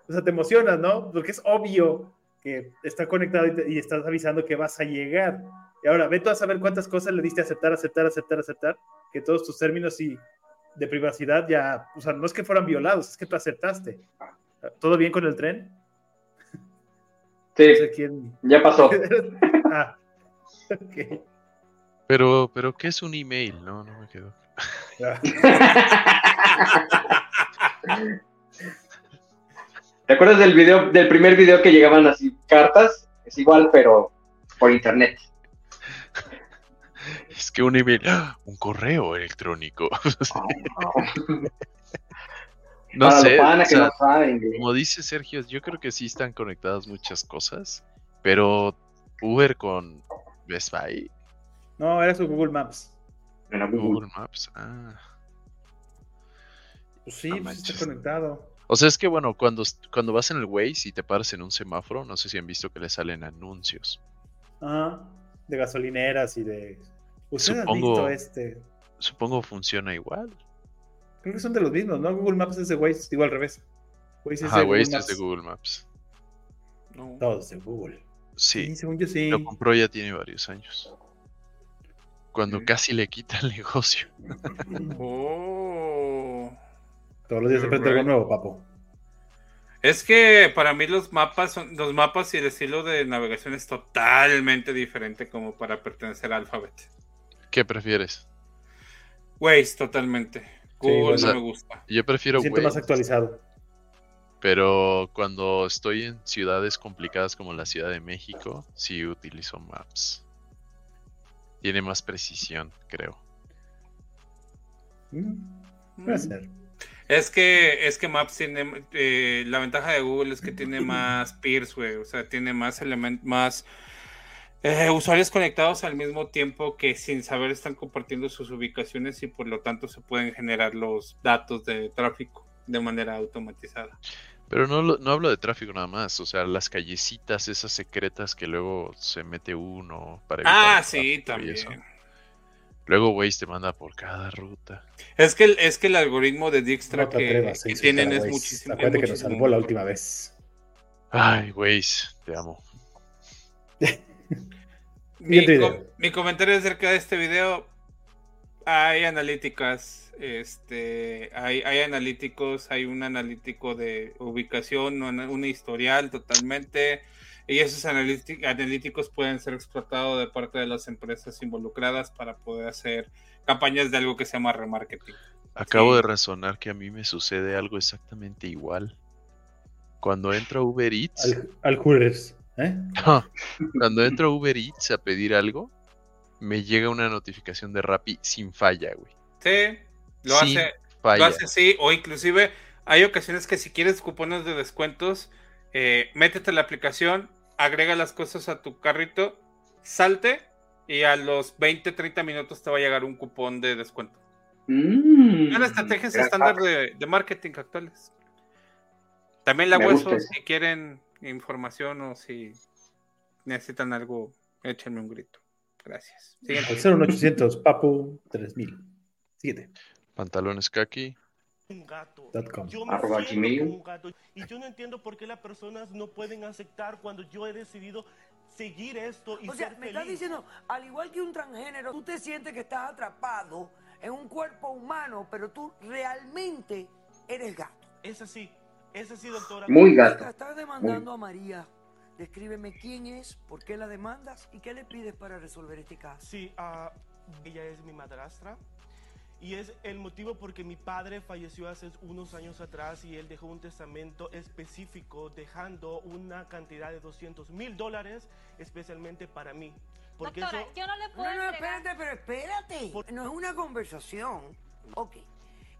S2: O sea, te emocionas, ¿no? Porque es obvio que está conectado y, te- y estás avisando que vas a llegar. Y ahora, ve tú a saber cuántas cosas le diste a aceptar, aceptar, aceptar, aceptar, que todos tus términos y de privacidad ya, o sea, no es que fueran violados, es que tú aceptaste. ¿Todo bien con el tren?
S4: Sí. No sé quién... Ya pasó.
S2: (laughs) ah, ok.
S5: Pero, pero, ¿qué es un email? No, no me
S4: (laughs)
S5: quedó.
S4: (laughs) ¿Te acuerdas del video, del primer video que llegaban así cartas? Es igual, pero por internet.
S5: Es que un email, ¡ah! un correo electrónico. (laughs) (laughs)
S4: (laughs)
S5: no
S4: Para los
S5: sé,
S4: panas
S5: o
S4: que
S5: sea,
S4: no saben, güey.
S5: como dice Sergio, yo creo que sí están conectadas muchas cosas, pero Uber con Best Buy,
S2: No, era su Google Maps.
S5: Google Maps, ah.
S2: Pues sí,
S5: No
S2: pues está
S5: manches.
S2: conectado.
S5: O sea, es que bueno, cuando, cuando vas en el Waze y te paras en un semáforo, no sé si han visto que le salen anuncios.
S2: Ajá. Ah, De gasolineras y de. pues, ¿Ustedes
S5: Supongo-
S2: han visto este?
S5: Supongo funciona igual.
S2: Creo que son de los mismos, ¿no? Google Maps es de Waze, digo al revés. Waze es
S5: Ajá,
S2: de Google
S5: Waze es
S2: Maps.
S5: de Google Maps.
S2: Todos de Google.
S5: Sí.
S2: según yo sí.
S5: Lo compró ya tiene varios años. Cuando casi le quita el negocio.
S2: Todos los días se prende algo nuevo, papo.
S3: Es que para mí los mapas son, los mapas y el estilo de navegación es totalmente diferente como para pertenecer a Alphabet.
S5: ¿Qué prefieres?
S3: Waze, totalmente. Google
S5: O
S3: no
S5: sea,
S3: me gusta.
S5: Yo prefiero
S2: Me siento más
S5: Waze,
S2: actualizado.
S5: pero cuando estoy en ciudades complicadas como la Ciudad de México, sí utilizo Maps. Tiene más precisión, creo.
S2: Puede ser.
S3: Es que, es que Maps tiene eh, la ventaja de Google es
S5: (clears throat)
S3: que tiene más peers, güey. O sea, tiene más elementos, más eh, usuarios conectados al mismo tiempo que sin saber están compartiendo sus ubicaciones y por lo tanto se pueden generar los datos de tráfico de manera automatizada.
S5: Pero no, lo- no hablo de tráfico nada más, o sea, las callecitas esas secretas que luego se mete uno para
S3: Ah,
S5: el
S3: sí,
S5: tráfico y
S3: también.
S5: eso. Luego Waze te manda por cada ruta.
S3: Es que el, es que el algoritmo de Dijkstra
S2: No te
S3: que,
S2: atrevas a
S3: que
S2: insultar
S3: tienen
S2: a
S3: es
S2: Waze.
S3: muchísimo. es
S2: Pues, Acuérdate que nos
S3: muchísimo.
S2: salvó la última vez.
S5: Ay, Waze, te amo.
S3: Mi,
S2: Siguiente
S3: co-
S2: video.
S3: mi comentario acerca de este video. Hay analíticas, este, hay, hay analíticos, hay un analítico de ubicación, un, un historial totalmente, y esos analíti- analíticos pueden ser explotados de parte de las empresas involucradas para poder hacer campañas de algo que se llama remarketing.
S5: Acabo de razonar que a mí me sucede algo exactamente igual. Cuando entro a Uber Eats,
S2: Al, al Hooters, ¿eh?
S5: cuando entro a Uber Eats a pedir algo, me llega una notificación de Rappi sin falla, güey.
S3: Sí, lo
S5: Sin
S3: hace,
S5: falla.
S3: lo hace así, o inclusive hay ocasiones que si quieres cupones de descuentos, eh, métete a la aplicación, agrega las cosas a tu carrito, salte y a los 20, 30 minutos te va a llegar un cupón de descuento.
S4: Mm.
S11: Mm.
S3: Son estrategias
S4: Gran
S3: estándar de, de marketing actuales. También la
S4: Me
S3: hueso,
S4: gusta.
S3: si quieren información o si necesitan algo, échenme un grito. Gracias. Siguiente.
S2: Al 01800, papu 3000. Siguiente.
S5: Pantalones kaki.
S2: Dot com.
S17: Yo me
S5: Arroba
S17: siento
S5: Gmail.
S17: como un gato. Y yo no entiendo por qué las personas no pueden aceptar cuando yo he decidido seguir esto y
S18: O sea,
S17: ser
S18: me estás
S17: feliz.
S18: diciendo, al igual que un transgénero, tú te sientes que estás atrapado en un cuerpo humano, pero tú realmente eres gato.
S17: Es así, es así, doctora.
S4: Muy gato.
S18: Mientras Estás demandando a María. Descríbeme quién es, por qué la demandas y qué le pides para resolver este caso.
S17: Sí, ah, ella es mi madrastra. Y es el motivo porque mi padre falleció hace unos años atrás y él dejó un testamento específico dejando una cantidad de 200 mil dólares especialmente para mí. Porque
S18: Doctora,
S17: eso...
S18: yo no le puedo No, no, entregar- espérate, pero espérate. No es una conversación. Ok.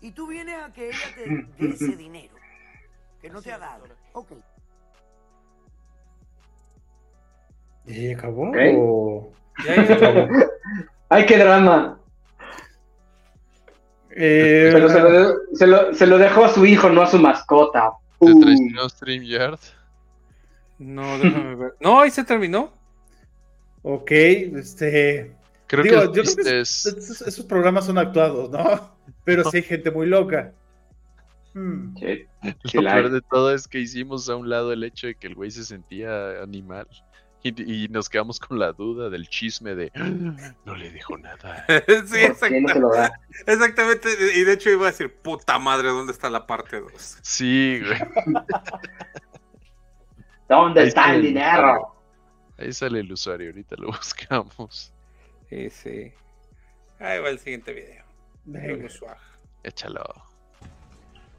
S18: Y tú vienes a que ella te dé ese dinero que no te ha dado. Ok.
S2: ¿Y acabó?
S4: Ok.
S2: o- (laughs)
S4: ¡Ay, qué drama!
S2: Eh,
S4: Pero se lo, de- se lo- se lo dejó a su hijo, no a su mascota.
S5: ¿Te
S4: Uh.
S5: traicionó StreamYard?
S3: No, déjame ver. No, ahí se terminó.
S2: Ok, este.
S5: Creo que
S2: digo,
S5: el
S2: yo creo
S5: chiste
S2: que
S5: es-
S2: es- esos, esos programas son actuados, ¿no? (laughs) Pero sí hay gente muy loca. Hmm.
S5: (laughs) Lo
S4: sí la hay.
S5: peor de todo es que hicimos a un lado el hecho de que el güey se sentía animal. Y, y nos quedamos con la duda del chisme de "Ah, no le dijo nada.
S3: (laughs) este, sí,
S5: qué no se lo da?
S3: exactamente. Exactamente, Y de hecho iba a decir, puta madre, ¿dónde está la parte 2?
S5: Sí, güey.
S4: (laughs) ¿Dónde
S5: Ahí
S4: está el dinero?
S5: Ahí sale el usuario, ahorita lo (laughs) buscamos.
S3: Sí, sí. Ahí va el siguiente video.
S5: Venga.
S3: Vengo suave.
S5: Échalo.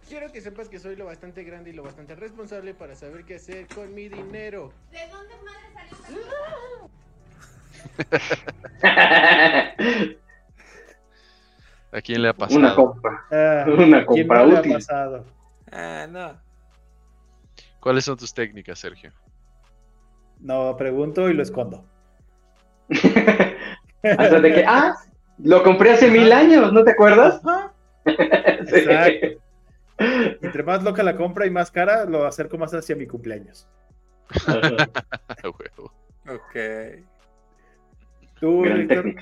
S19: Quiero que sepas que soy lo bastante grande y lo bastante responsable para saber qué hacer con mi dinero. ¡Ah! ¿De dónde madre salió
S5: ¿A quién le ha pasado?
S4: Una compra.
S2: Ah,
S4: Una compra útil.
S3: Ah, no.
S5: ¿Cuáles son tus técnicas, Sergio? (laughs)
S2: No, pregunto y lo escondo.
S4: (laughs) Hasta de que, ah, lo compré hace mil años, ¿no te acuerdas? (laughs)
S2: Exacto. Entre más loca la compra y más cara, lo acerco más hacia mi cumpleaños.
S5: Ah,
S3: ok.
S2: Tú,
S5: Gran
S2: Víctor,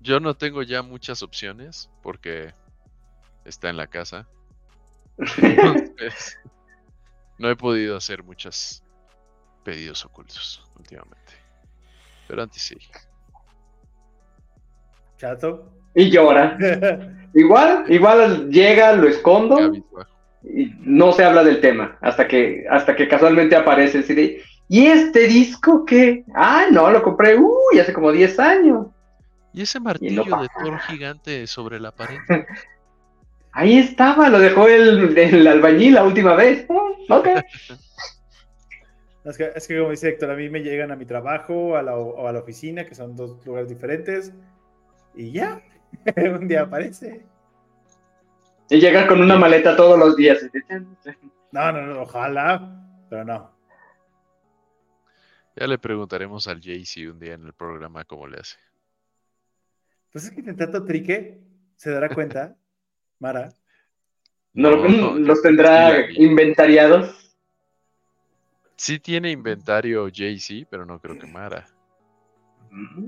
S5: Yo no tengo ya muchas opciones porque está en
S4: (laughs)
S5: la casa. Entonces, no he podido hacer muchos pedidos ocultos últimamente. Pero antes sí.
S2: chato.
S4: Y llora. Igual, igual llega, lo escondo y no se habla del tema hasta que, hasta que casualmente aparece el CD. ¿Y este disco qué? Ah, no, lo compré, uy, hace como 10 años.
S5: ¿Y ese martillo de Thor gigante sobre la pared?
S4: Ahí estaba, lo dejó el, el albañil la última vez. Ah, Ok.
S2: Es que, es que como dice Héctor, a mí me llegan a mi trabajo a la, o a la oficina, que son dos lugares diferentes, y ya, (laughs) un día aparece.
S4: Y llega con una maleta todos los días.
S2: No, no, no, ojalá, pero no.
S5: Ya le preguntaremos al Jay-Z un día en el programa cómo le hace.
S2: Pues es que de tanto trique, se dará cuenta, Mara.
S4: No, mm,
S5: No, no,
S4: los tendrá inventariados.
S5: Sí tiene inventario Jay-Z, pero no creo que Mara.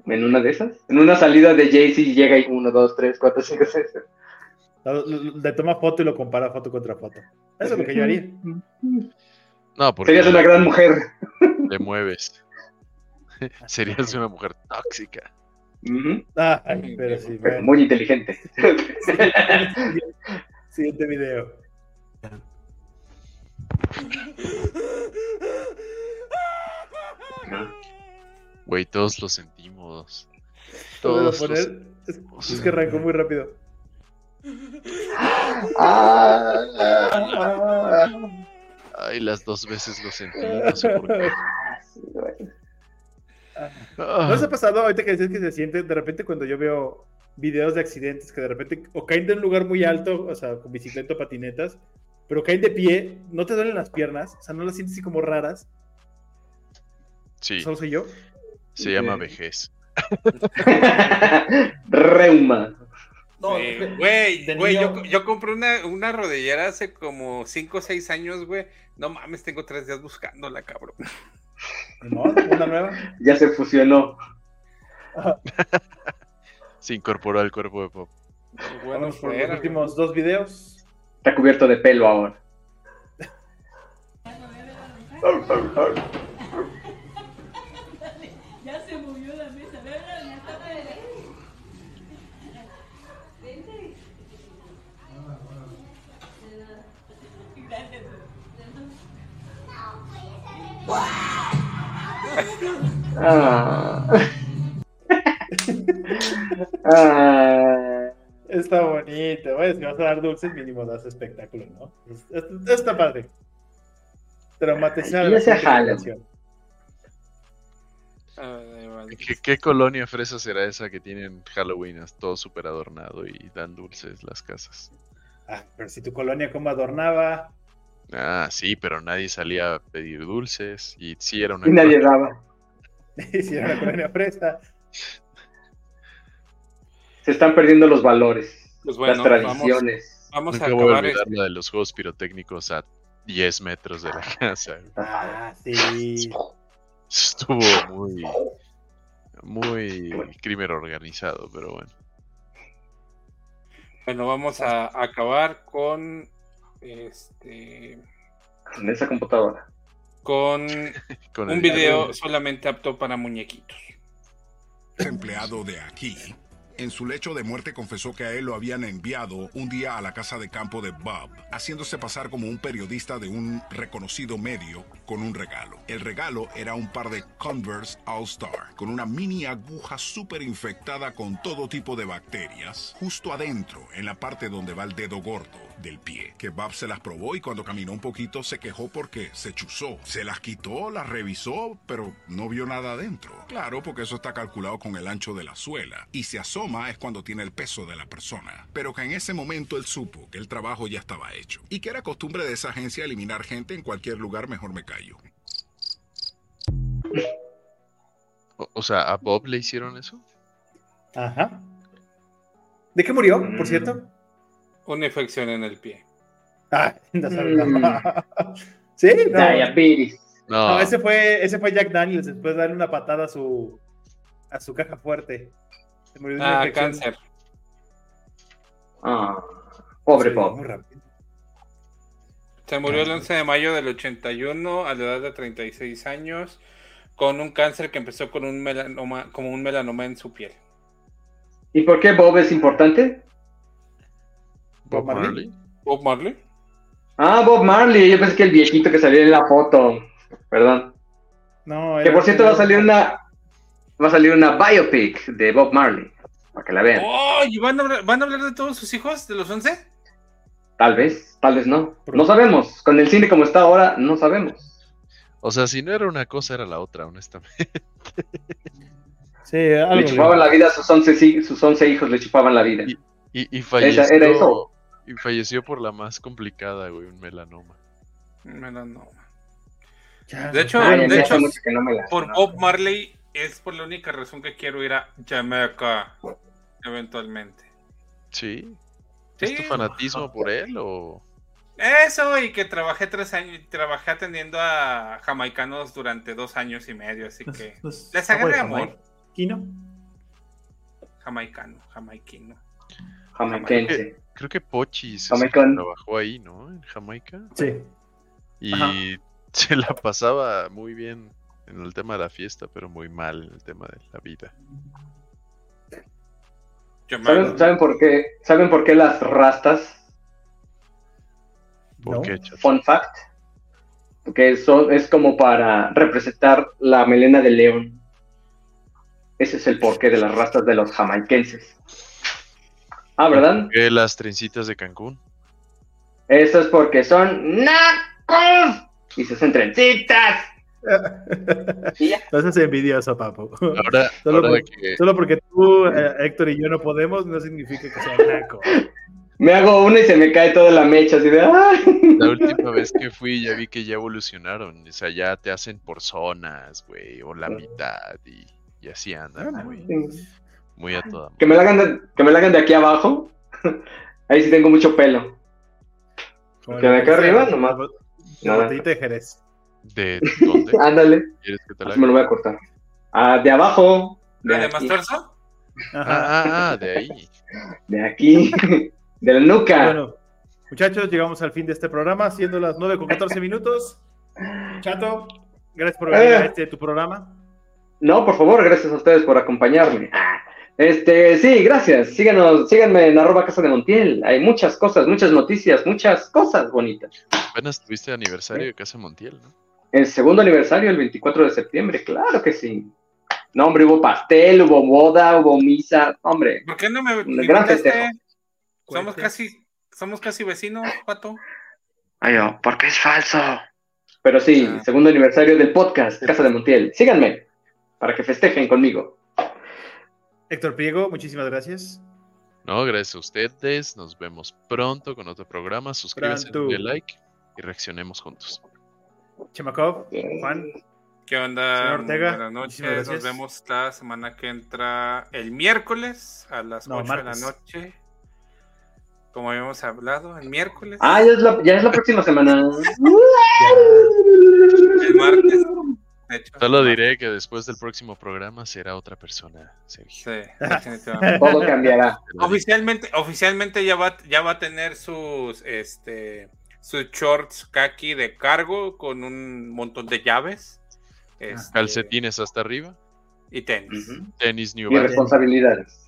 S4: En una de esas. En una salida de Jay-Z llega y 1, 2, 3, 4, 5, 6.
S2: Lo- lo- Le toma foto y lo compara foto contra foto. Eso es lo que yo haría.
S5: No, porque
S4: Serías una gran mujer.
S5: le mueves. (laughs) Serías una mujer tóxica.
S2: Ay, pero sí, bueno.
S4: Muy inteligente.
S2: (laughs) Siguiente video.
S5: Güey, todos lo sentimos.
S2: Lo voy a
S5: Todos lo
S2: poner. Es,
S5: sentimos.
S2: es que arrancó muy rápido.
S4: Ah,
S5: Ay, las dos veces lo sentí. No sé por qué.
S2: Ah. ¿No les ha pasado ahorita que decías que se siente de repente cuando yo veo videos de accidentes que de repente o caen de un lugar muy alto, o sea, con bicicleta o patinetas, pero caen de pie, no te duelen las piernas, o sea, no las sientes así como raras,
S5: Sí,
S2: solo soy yo.
S5: se llama vejez.
S4: (laughs) Reuma.
S3: Eh, Güey, güey, yo, yo compré una, una rodillera hace como 5 o 6 años, güey. No mames, tengo 3 días buscándola, cabrón.
S2: una nueva.
S4: Ya se fusionó.
S5: Se incorporó al cuerpo de Pop.
S2: Vámonos por los últimos dos videos.
S4: Está cubierto de pelo ahora.
S13: Ya se movió la mesa. Ve, ve, ya está para allá. Vente. De nada. Gracias.
S4: Ah. (laughs) Ah.
S2: Está bonito, güey, si vas a dar dulces mínimo das espectáculo, ¿no? Es- es- Está padre. Traumatizar. a
S4: Ay,
S2: la
S4: ya se
S2: siguiente
S4: jala.
S2: generación.
S5: ¿Qué, qué colonia fresa será esa que tienen Halloween? Es todo súper adornado y dan dulces las casas.
S2: Ah, pero si tu colonia como adornaba. (laughs)
S5: Ah, sí, pero nadie salía a pedir dulces y sí era una.
S4: Y nadie daba.
S2: si era una colonia fresa.
S4: Se están perdiendo los valores,
S3: Pues bueno,
S4: las tradiciones.
S3: Vamos, vamos a
S5: Nunca voy a
S3: acabar. este.
S5: olvidar la de los juegos pirotécnicos a 10 metros de la (laughs) casa.
S2: Ah, sí.
S5: Estuvo muy. Muy crimen organizado, pero bueno.
S3: Bueno, vamos a acabar con este
S4: En esa computadora.
S3: con,
S5: (laughs) Con
S3: un
S5: el-
S3: video solamente apto para muñequitos.
S20: empleado de aquí, en su lecho de muerte confesó que a él lo habían enviado un día a la casa de campo de Bob, haciéndose pasar como un periodista de un reconocido medio con un regalo. El regalo era un par de Converse All Star, con una mini aguja súper infectada con todo tipo de bacterias, justo adentro, en la parte donde va el dedo gordo del pie, que Bob se las probó y cuando caminó un poquito se quejó porque se chuzó. Se las quitó, las revisó, pero no vio nada adentro. Claro, porque eso está calculado con el ancho de la suela. Y se asoma es cuando tiene el peso de la persona. Pero que en ese momento él supo que el trabajo ya estaba hecho. Y que era costumbre de esa agencia eliminar gente en cualquier lugar, mejor me callo.
S5: O, o sea, ¿a Bob le hicieron eso?
S2: Ajá. ¿De qué murió, por
S5: Mm.
S2: cierto?
S3: Una infección en el pie.
S2: Ah, no sabes.
S3: Mm.
S2: (laughs) ¿Sí? No.
S4: Diabetes.
S2: No. ese fue, ese fue Jack Daniels, después de darle una patada a su, a su caja fuerte. Se murió de una
S3: Ah,
S2: infección.
S3: cáncer.
S4: Ah, pobre
S2: Sí,
S4: Bob.
S2: muy rápido.
S3: Se murió
S5: Ah,
S3: el 11 de mayo del 81 a la edad de 36 años con un cáncer que empezó con un melanoma, como un melanoma en su piel.
S4: ¿Y por qué Bob es importante?
S5: Bob Marley.
S3: Bob Marley.
S4: Ah, Bob Marley. Yo pensé que el viejito que salía en la foto. Perdón.
S2: No,
S4: Que
S2: era-
S4: por cierto va a salir una. Va a salir una biopic de Bob Marley. Para que la vean.
S3: ¡Oh! ¿Y van a, hablar, van a hablar de todos sus hijos, de los 11?
S4: Tal vez, tal vez no. No sabemos. Con el cine como está ahora, no sabemos.
S5: O sea, si no era una cosa, era la otra, honestamente. (laughs)
S2: Sí, algo
S4: Le
S2: de-
S4: chupaban la vida a sus 11, si- sus 11 hijos, le chupaban la vida.
S5: Y, y falleció.
S4: Esa- era eso.
S5: Y falleció por la más complicada, güey, un melanoma.
S3: Melanoma.
S5: Ya.
S3: de hecho,
S5: Ay,
S3: de
S5: ya
S3: hecho
S5: hace mucho que no me la-
S3: por
S5: no.
S3: Bob Marley es por la única razón que quiero ir a Jamaica eventualmente.
S5: Sí.
S3: Sí.
S5: ¿Es tu fanatismo
S3: (laughs)
S5: por él o.?
S3: Eso, y que trabajé tres años, trabajé atendiendo a jamaicanos durante dos años y medio, así que
S2: Los-
S3: les
S2: agua de
S3: agarré amor.
S2: Jamaiquino.
S3: Jamaicano, jamaiquino.
S5: Creo que, creo que Pochis es el que
S3: Jamaicano.
S5: trabajó ahí, ¿no? En Jamaica.
S2: Sí.
S5: Y se la pasaba muy bien en el tema de la fiesta, pero muy mal en el tema de la vida.
S4: ¿Saben, saben por qué? ¿Saben por qué las rastas?
S5: ¿Por qué,
S4: Fun fact. Que son, es como para representar la melena de león. Ese es el porqué de las rastas de los jamaiquenses. Ah, ¿verdad?
S5: Que las trencitas de Cancún.
S4: Eso es porque son nacos y se hacen trencitas.
S2: No seas envidioso, papo.
S5: Ahora,
S2: solo,
S5: Ah, ahora
S2: por-
S5: que-
S2: solo porque tú, eh, Héctor y yo no podemos, no significa que sea blanco.
S4: Me hago una y se me cae toda la mecha así de ¡ay!
S5: (laughs) La última vez que fui ya vi que ya evolucionaron. O sea, ya te hacen por zonas, güey, o la mitad y, y así andan, muy, muy a toda.
S4: Que me la hagan de, que me la hagan de aquí abajo. (laughs) Ahí sí tengo mucho pelo.
S2: Como
S4: (laughs) Que de acá
S2: la-
S4: arriba
S2: la-
S4: nomás.
S2: la- La
S4: Nada.
S2: botellita de Jerez.
S5: ¿De
S4: (laughs)
S5: dónde?
S4: Ándale.
S5: ¿Quieres que te la
S4: Así me lo voy a cortar. Ah, de abajo. De
S3: ¿De
S4: aquí.
S3: Mastarzo?
S5: Ah, ah, ah, de ahí.
S4: De aquí. (laughs) De la nuca.
S2: Bueno, muchachos, llegamos al fin de este programa, siendo las 9 con 14 minutos. Chato, gracias por
S4: Ah.
S2: venir a este tu programa.
S4: No, por favor, gracias a ustedes por acompañarme. Ah, Este, sí, gracias. Síganos, síganme en arroba casa de Montiel. Hay muchas cosas, muchas noticias, muchas cosas bonitas.
S5: Apenas tuviste aniversario de Casa Montiel, ¿no?
S4: El segundo aniversario, el 24 de septiembre, claro que sí. No, hombre, hubo pastel, hubo boda, hubo misa, hombre.
S3: ¿Por qué no me
S4: Un gran
S3: invitaste?
S4: festejo.
S3: Somos casi, somos casi vecinos, pato.
S4: Ay, no, porque es falso. Pero sí, segundo aniversario del podcast Casa de Montiel. Síganme para que festejen conmigo.
S2: Héctor Priego, muchísimas gracias.
S5: No, gracias a ustedes. Nos vemos pronto con otro programa. Suscríbanse,
S2: Pronto.
S5: denle like y reaccionemos juntos.
S2: Chemakov, Juan.
S3: ¿Qué onda?
S2: Señor
S3: Muy
S2: Ortega,
S3: Buenas
S2: muchísimas
S3: noches. Nos
S2: gracias.
S3: vemos la semana que entra el miércoles a las
S2: No,
S3: 8
S2: martes.
S3: de la noche. Como habíamos hablado, el miércoles.
S4: Ah, ya es la, ya es la próxima
S3: (laughs)
S4: semana.
S3: El martes. De hecho,
S5: Solo diré que después del próximo programa será otra persona, Sergio.
S3: Sí,
S4: (laughs)
S3: definitivamente.
S4: Todo cambiará.
S3: Oficialmente, oficialmente ya va, ya va a tener sus este sus shorts kaki de cargo con un montón de llaves. Este,
S5: Calcetines hasta arriba.
S3: y tenis.
S5: Tenis New
S4: Y responsabilidades.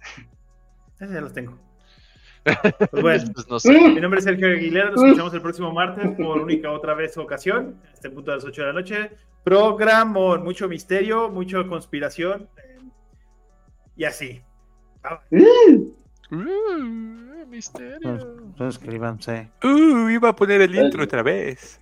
S2: Esos ya los
S5: (laughs)
S2: tengo. Pues bueno,
S5: Pues no sé.
S2: mi nombre es Sergio Aguilera. Nos escuchamos el próximo martes por única otra vez ocasión. A este punto de las 8 de la noche. Programón, mucho misterio, mucha conspiración. eh, Y así.
S4: Mm.
S5: (laughs)
S4: (laughs)
S5: Misterio.
S21: Suscríbanse.
S3: Uh, iba a poner el intro otra vez.